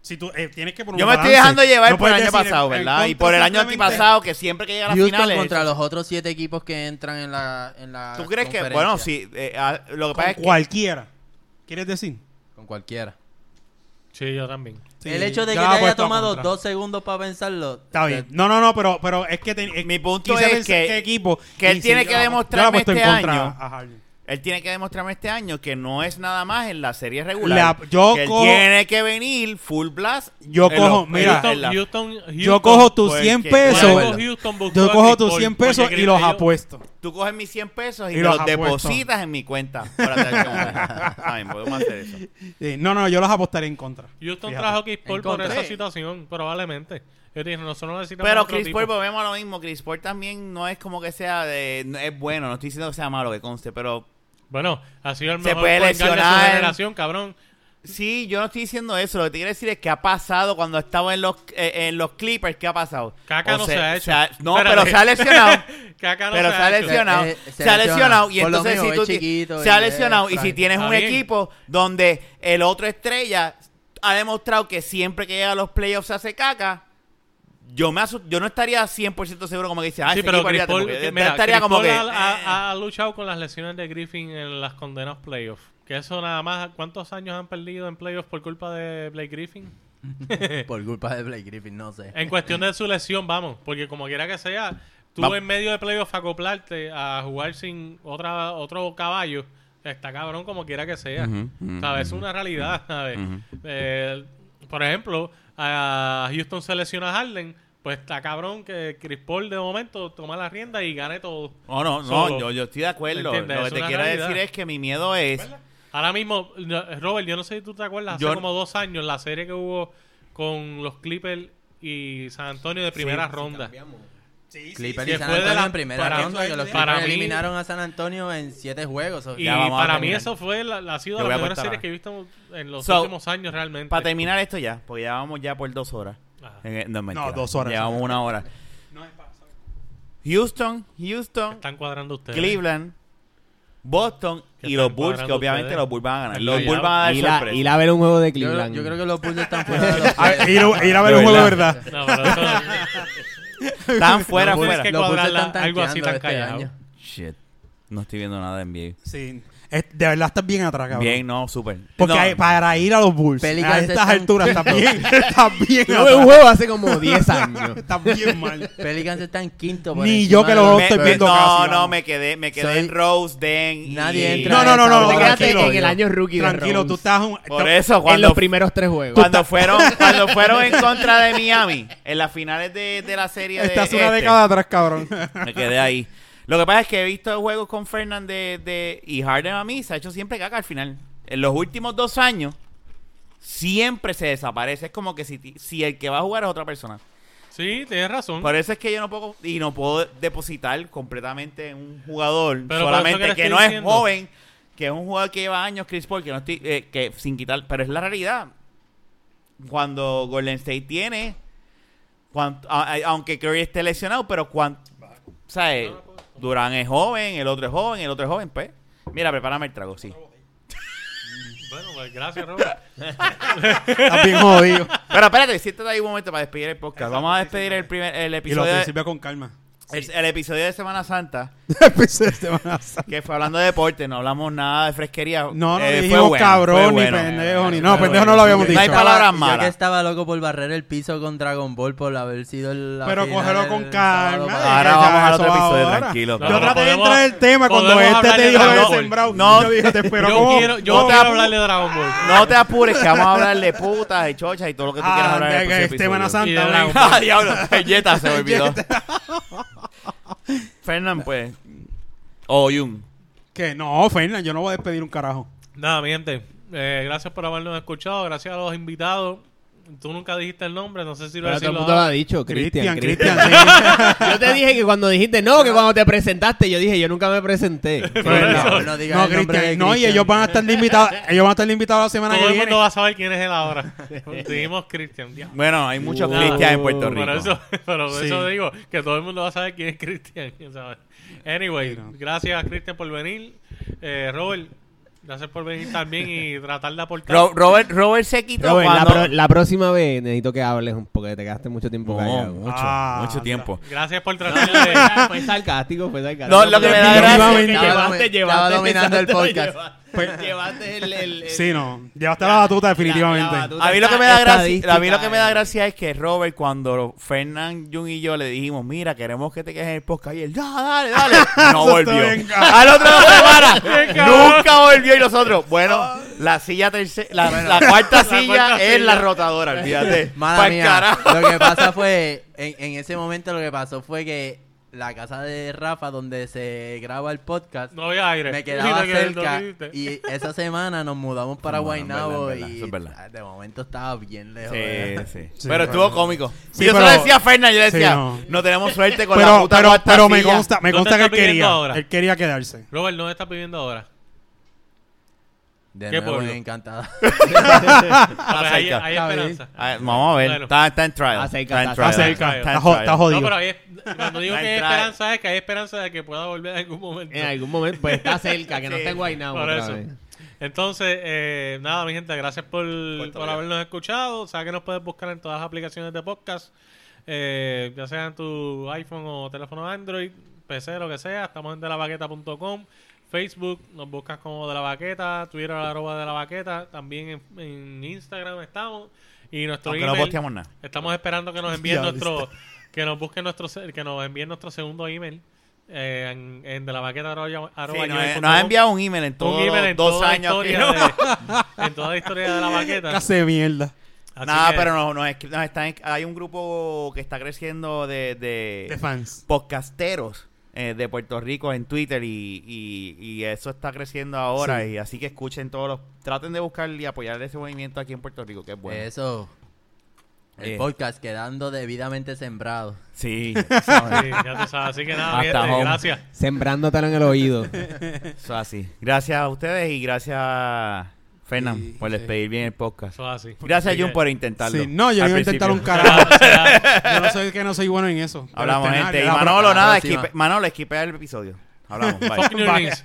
B: Si tú, eh, tienes que poner
A: Yo
B: un
A: me estoy
B: balance.
A: dejando llevar
B: No
A: por el
B: puedes
A: año
B: decir,
A: pasado,
B: en- en
A: ¿verdad? Y
B: contra
A: por el año
B: simplemente-
A: antipasado, que siempre que llega a las
D: Houston
A: finales.
D: contra los otros 7 equipos que entran en la. En la
A: ¿Tú crees que.?
D: conferencia.
A: Bueno, sí. eh, ah, lo que
B: Con
A: pasa es que.
B: cualquiera. ¿Quieres decir?
D: Con cualquiera.
C: Sí, yo también.
D: el hecho de
B: yo la
D: que te haya
B: apuesto
D: tomado
B: contra.
D: dos segundos para pensarlo.
B: Está bien. No, no, no, pero, pero es que... te- eh,
A: Mi punto
B: quise
A: es
B: pensar
A: que-
B: qué equipo,
A: que él
B: y
A: tiene
B: yo
A: que
B: la-
A: demostrarme
B: yo la apuesto en
A: este
B: contra
A: año.
B: a Harden.
A: Él tiene que demostrarme este año que no es nada más en la serie regular.
B: La- yo
A: que él
B: cojo-
A: tiene que venir full blast.
B: Yo
A: en
B: cojo-
A: los-
B: mira,
A: en
C: Houston,
A: la-
C: Houston,
B: Yo cojo tus
A: pues,
B: 100
A: que- Bueno,
B: pesos.
D: bueno.
B: Yo cojo tus 100 pesos y los apuesto.
A: tú coges mis 100 pesos y,
B: Y
A: me
B: los
A: los,
B: apuesto.
A: depositas en mi cuenta. Para tener que mover. Está bien, podemos hacer eso.
B: Eh, no, no, yo los apostaré en contra.
C: Houston
B: Fíjate.
C: trajo a Chris Paul
D: En
C: por
D: contra.
C: esa
D: Sí.
C: situación, probablemente. Yo dije, nosotros no necesitamos
A: Pero
C: otro
A: Chris
C: tipo.
A: Paul, volvemos a lo mismo. Chris Paul también no es como que sea de. no es bueno, no estoy diciendo que sea malo, que conste, pero
C: Bueno, ha sido el
A: Se
C: mejor
A: puede
C: point guard de su
A: lesionar.
C: generación, cabrón.
A: Sí, yo no estoy diciendo eso. Lo que te quiero decir es que ha pasado cuando ha estado en los, eh, en los Clippers. ¿Qué ha pasado?
C: Caca
A: O
C: no
A: se-
C: se, ha hecho.
A: no,
C: Espérate.
A: pero se ha lesionado.
C: Caca no
A: pero
C: se,
A: se ha
C: hecho.
A: lesionado.
D: Eh, eh,
A: se, ha lesionado. Y
D: Por lo
A: entonces,
D: menos
A: si tú
D: es
A: ti-
D: chiquito
A: se ha
D: y es
A: lesionado. Y si
D: frágil.
A: tienes
C: Está
A: un
C: bien.
A: equipo donde el otro estrella ha demostrado que siempre que llega a los playoffs se hace caca. Yo, me asu- yo no estaría 100% seguro como que dice, ah,
C: sí,
A: ese
C: pero
A: equipo,
C: Chris
A: olvídate,
C: Paul,
A: porque
C: que-
A: yo
C: mira,
A: estaría
C: Chris
A: como
C: Paul
A: que...
C: ha,
A: eh.
C: ha- ha luchado con las lesiones de Griffin en las condenas playoffs. Que eso nada más, ¿cuántos años han perdido en playoffs por culpa de Blake Griffin? Eh.
D: Por culpa de Blake Griffin, no sé.
C: En cuestión de su lesión, vamos, porque como quiera que sea, tú
A: Va-
C: en medio de playoffs acoplarte a jugar sin otra otro caballo, está cabrón como quiera que sea.
A: Ujú, ujú,
C: ¿Sabes? Es una realidad, ¿sabes? Eh, por ejemplo, a Houston se lesiona Harden, pues está cabrón que Chris Paul de momento toma la rienda y gane todo.
A: No, no, no,
C: Solo.
A: yo, yo estoy de acuerdo.
C: ¿Entiendes?
A: Lo que
C: Es
A: te
C: una
A: quiero
C: realidad.
A: decir es que mi miedo es...
C: Ahora mismo, no, Robert, yo no sé si tú te acuerdas, hace
A: Yo-
C: como dos años, la serie que hubo con los Clippers y San Antonio de primera ronda.
D: Clippers
C: sí,
D: y San
C: fue de
D: Antonio
C: la-
D: en primera
C: para-
D: ronda. Que los
C: para
D: Clippers
C: mí-
D: eliminaron a San Antonio en 7 juegos. o-
C: Y
A: Ya vamos a
C: para mí
A: terminar.
C: eso fue la, la- ha sido
A: Yo voy
C: la
A: a
C: mejor
A: cortar
C: serie
A: ahora.
C: que he visto en los
A: So,
C: últimos años realmente.
A: Para terminar esto ya, porque ya vamos ya por dos horas.
C: Ajá.
A: Eh, No, es mentira.
B: No, dos horas.
A: Llevamos una hora. Houston, Houston,
C: Están cuadrando ustedes.
A: Cleveland, Boston
C: Que
A: y
C: están
A: los Bulls, que
C: cuadrando
A: obviamente
C: ustedes.
A: los Bulls van a ganar.
C: Están
A: Los Bulls van a dar
E: Y la,
A: sorpresa.
E: y la ver un juego de
D: Yo,
E: Cleveland.
D: yo creo que los Bulls están fuera de los
B: A ver, ir, a- ir a ver un juego de verdad.
C: No, pero eso,
A: Están fuera,
C: Los Bulls
A: fuera.
C: que-
D: Los Bulls
C: cuadrarla,
D: están tanqueando
C: algo así tan
D: este
C: callado.
D: año.
A: Shit. No estoy viendo nada de NBA.
B: Sí. Es- de verdad estás bien atrás, cabrón.
A: Bien, no, súper.
B: Porque
A: No,
B: hay- para ir a los Bulls,
D: Pelicans
B: a estas
D: están-
B: alturas, estás bien, estás bien
E: Yo veo un
B: atrás.
E: juego hace como 10 años.
B: Estás bien mal.
D: Pelicans están quinto. por
B: Ni
D: encima
B: yo que
D: de
B: lo
A: me-
B: estoy
A: me-
B: viendo
A: no,
B: casi,
A: no,
B: vamos.
A: me quedé, me quedé
D: Soy-
A: en Rose, Den.
D: Nadie
A: y-
D: entra
B: No, no, no, no,
D: Te
B: no,
D: quedaste
B: tranquilo.
F: en el año rookie de
B: Tranquilo,
F: Rose.
B: tú estás... un-
A: Por
B: estás-
A: eso,
F: En los
A: cuando
F: primeros tres juegos.
A: cuando fueron cuando fueron en contra de Miami en las finales de, de la serie
B: Estás
A: de
B: una
A: este,
B: década atrás, cabrón.
A: me quedé ahí lo que pasa es que he visto juegos con Fernández de, y Harden a mí se ha hecho siempre caca al final en los últimos dos años siempre se desaparece es como que si, ti- si el que va a jugar es otra persona
C: Sí, tienes razón.
A: Por eso es que yo no puedo y no puedo depositar completamente en un jugador
C: Pero por eso que
A: solamente
C: le
A: que,
C: estoy
A: no
C: diciendo.
A: es joven, que es un jugador que lleva años, Chris Paul, que no estoy, eh, que sin quitar, pero es la realidad. Cuando Golden State tiene, cuan- a- a- aunque Curry esté lesionado, pero cuando, ¿sabes? Durán es joven, el otro es joven, el otro es joven, pues. Mira, prepárame el trago, sí.
C: Bueno, pues gracias, Robert.
B: Estás bien jodido.
A: Pero espérate, siéntate ahí un momento para despedir el podcast. Vamos a despedir el primer el
B: y lo
A: episodio, de-
B: principio con calma.
A: el- el episodio de Semana Santa.
B: Episodio de Semana Santa.
A: Que fue hablando de deporte, no hablamos nada de fresquería.
B: No, no
A: Eh, fue
B: dijimos
A: bueno, fue
B: cabrón,
A: bueno.
B: ni pendejo, ni
A: Fue
B: no,
A: bueno.
B: pendejo no lo habíamos
A: No hay
B: dicho.
A: palabras
D: Estaba- Yo
A: malas.
D: que estaba loco por barrer el piso con Dragon Ball por haber sido el. la
B: Pero
D: final
B: cógelo
D: del
B: con calma.
D: sábado pasado.
A: Ahora
B: Ya, ya,
A: vamos al
B: eso
A: otro
B: va
A: episodio,
B: ahora.
A: tranquilo.
B: Yo
A: No,
B: traté de
C: podemos-
B: entrar en el tema cuando
C: podemos
B: este
C: hablar
B: te
C: de
B: dijo
C: Dragon
B: de
C: Ball.
B: sembrado.
A: No.
B: Yo dije, te espero
C: yo
B: como.
C: quiero, yo
A: no te
C: quiero
A: apu-
C: hablarle de Dragon Ball.
A: No te apures, que vamos a hablar de putas, de chochas y todo lo que tú quieras
B: Ah,
A: hablar. en el
B: que- que
A: próximo
B: Semana
A: episodio.
C: Y de
B: Santa.
C: Dragon
B: venga.
A: Ah, diablo, Jetta se me olvidó. Fernán, pues. O Jun.
B: Que no, Fernan, yo no voy a despedir un carajo.
C: Nada, mi gente. eh, gracias por habernos escuchado. Gracias a los invitados. Tú nunca dijiste el nombre, no sé si lo
F: Pero todo el
C: decirlo.
F: mundo lo ha dicho,
B: Cristian,
F: Cristian.
B: Cristian, sí.
G: Yo te dije que cuando dijiste no, que cuando te presentaste, yo dije, yo nunca me presenté.
C: eso.
D: No, no digas
B: No,
D: el nombre de
B: Cristian, no, y
D: Cristian.
B: ellos van a estar invitados, ellos van a estar invitados la semana
C: Todo
B: que
C: el mundo
B: viene.
C: va a saber quién es él ahora. Dijimos Cristian. diablo.
A: Bueno, hay muchos
C: Nada.
A: Cristian en Puerto Rico.
C: Por eso, pero por
B: Sí.
C: eso digo que todo el mundo va a saber quién es Cristian. ¿sabes? Anyway,
B: Sí, no.
C: gracias Cristian por venir. Eh, Robert, gracias por venir también y tratar de aportar.
A: Ro- Robert, Robert se quitó
G: Robert, la,
A: cuando-
G: pro- la próxima vez necesito que hables un- porque te quedaste mucho tiempo
A: No,
G: callado.
A: mucho,
B: Ah,
A: mucho
B: anda.
A: tiempo.
C: Gracias por tratar de...
G: Fue sarcástico, fue sarcástico.
A: No, lo que me da gracia es que
B: Definitivamente.
A: lleva-
G: Llevaste,
D: Estaba
G: llevaste.
D: dominando el
G: exacto,
D: podcast.
G: lleva- Llevaste el... el- el-
B: Sí, no. Llevaste la batuta,
G: la- la
B: definitivamente.
G: batuta.
A: A mí lo que me da gracia,
G: Estadística,
A: a mí lo que me da
G: eh.
A: gracia es que Robert cuando Fernán, Jun y yo le dijimos, "Mira, queremos que te quedes en el podcast." Y él, "Ya, dale, dale." No
B: Eso
A: volvió.
B: está bien, cabrón.
A: Al otro dos semanas
C: Bien, cabrón.
A: nunca volvió y nosotros, bueno, la silla terce- la, la cuarta silla
C: cuarta
A: es la
C: silla.
A: rotadora, olvídate.
D: Mala
A: Pa'l
D: mía.
A: carajo.
D: Lo que pasa fue, en, en ese momento lo que pasó fue que la casa de Rafa donde se graba el podcast
C: No había aire.
D: me
C: Sí,
D: quedaba
C: no que-
D: cerca
C: no dijiste.
D: y esa semana nos mudamos para
A: Ah,
D: Guaynabo
A: es verdad, es verdad, eso es verdad.
D: y ah, de momento estaba bien lejos.
A: Sí,
D: ¿verdad?
A: sí.
B: Sí,
A: pero
B: pero-
A: estuvo cómico.
B: Sí,
A: yo se lo
B: pero-
A: decía a Fernán, yo
B: Sí,
A: decía,
B: no.
A: no. tenemos suerte con la
B: Pero,
A: puta
B: pero,
A: cuarta
B: pero me
A: silla".
B: consta, me
C: ¿Dónde
B: consta que él
C: está pidiendo
B: quería.
C: ahora?
B: Él quería quedarse.
C: Robert, ¿dónde está pidiendo ahora?
D: De
C: ¿Qué
D: nuevo
C: pueblo?
D: encantada.
C: Ah, pues hay, hay
G: Está bien.
C: esperanza.
A: A ver, vamos a ver,
C: Bueno.
A: está, está en trial.
G: Acerca,
A: Está en
G: está
A: trial.
B: Está cerca,
C: Está
B: está, jo-
A: trial.
B: está
C: No,
B: jodido.
C: pero hay, cuando digo que hay
A: Entra-
C: esperanza es que hay esperanza de que pueda volver en algún momento.
G: En algún momento, pues está cerca, que no
A: Sí,
G: esté en Guaynabo
C: por
G: otra
C: eso.
G: vez.
C: Entonces, eh, nada, mi gente, gracias por, por
A: bien.
C: habernos escuchado. Sabes que nos puedes buscar en todas las aplicaciones de podcast, eh, ya sea en tu iPhone o teléfono Android, PC, lo que sea. Estamos en delabaqueta.com, Facebook, nos buscas como De La Baqueta, Twitter, arroba De La Baqueta, también en, en Instagram estamos. Y nuestro
A: Aunque no
C: email,
A: posteamos nada.
C: Estamos esperando que nos envíen
B: Diablo,
C: nuestro, que nos busquen nuestro, se- que nos envíen nuestro segundo email eh, en, en de la baqueta arroba,
A: Sí,
C: arroba
A: nos,
C: gmail punto
A: nos ha
C: com.
A: enviado un email en todos
C: un email
A: los
C: en
A: dos
C: toda la
A: años. que-
C: historia de- en toda la historia de la baqueta.
B: Casi de mierda.
C: Así
A: Nada,
C: que-
A: pero no, no, es que- no, están en- hay un grupo que está creciendo de, de
B: De fans.
A: podcasteros eh, de Puerto Rico en Twitter y, y- y eso está creciendo ahora.
B: Sí.
A: y Así que escuchen todos los... Traten de buscar y apoyar ese movimiento aquí en Puerto Rico, que es bueno.
D: Eso. El
A: Eh.
D: podcast quedando debidamente sembrado.
A: Sí,
C: Sí, ya tú sabes. Así que nada, mi
A: Hasta
C: gente,
A: home.
C: gracias.
G: Sembrándotelo en el oído.
A: eso es así. Gracias a ustedes y gracias, Fernan,
F: Sí,
A: por
F: sí.
A: despedir bien el podcast.
C: Eso es así.
A: Gracias,
C: Así que-
A: Jun, por intentarlo.
B: Sí, no, yo
A: al
B: iba a intentar
A: principio.
B: un carajo.
C: Será- será-
B: Yo no sé que no soy bueno en eso. Pero
A: Hablamos,
B: este, nada,
A: gente.
B: que
A: Y
B: la-
A: Manolo,
D: la
A: nada,
D: próxima.
A: esquipe- Manolo, esquipea el episodio. Hablamos, bye.
C: fuck your knees.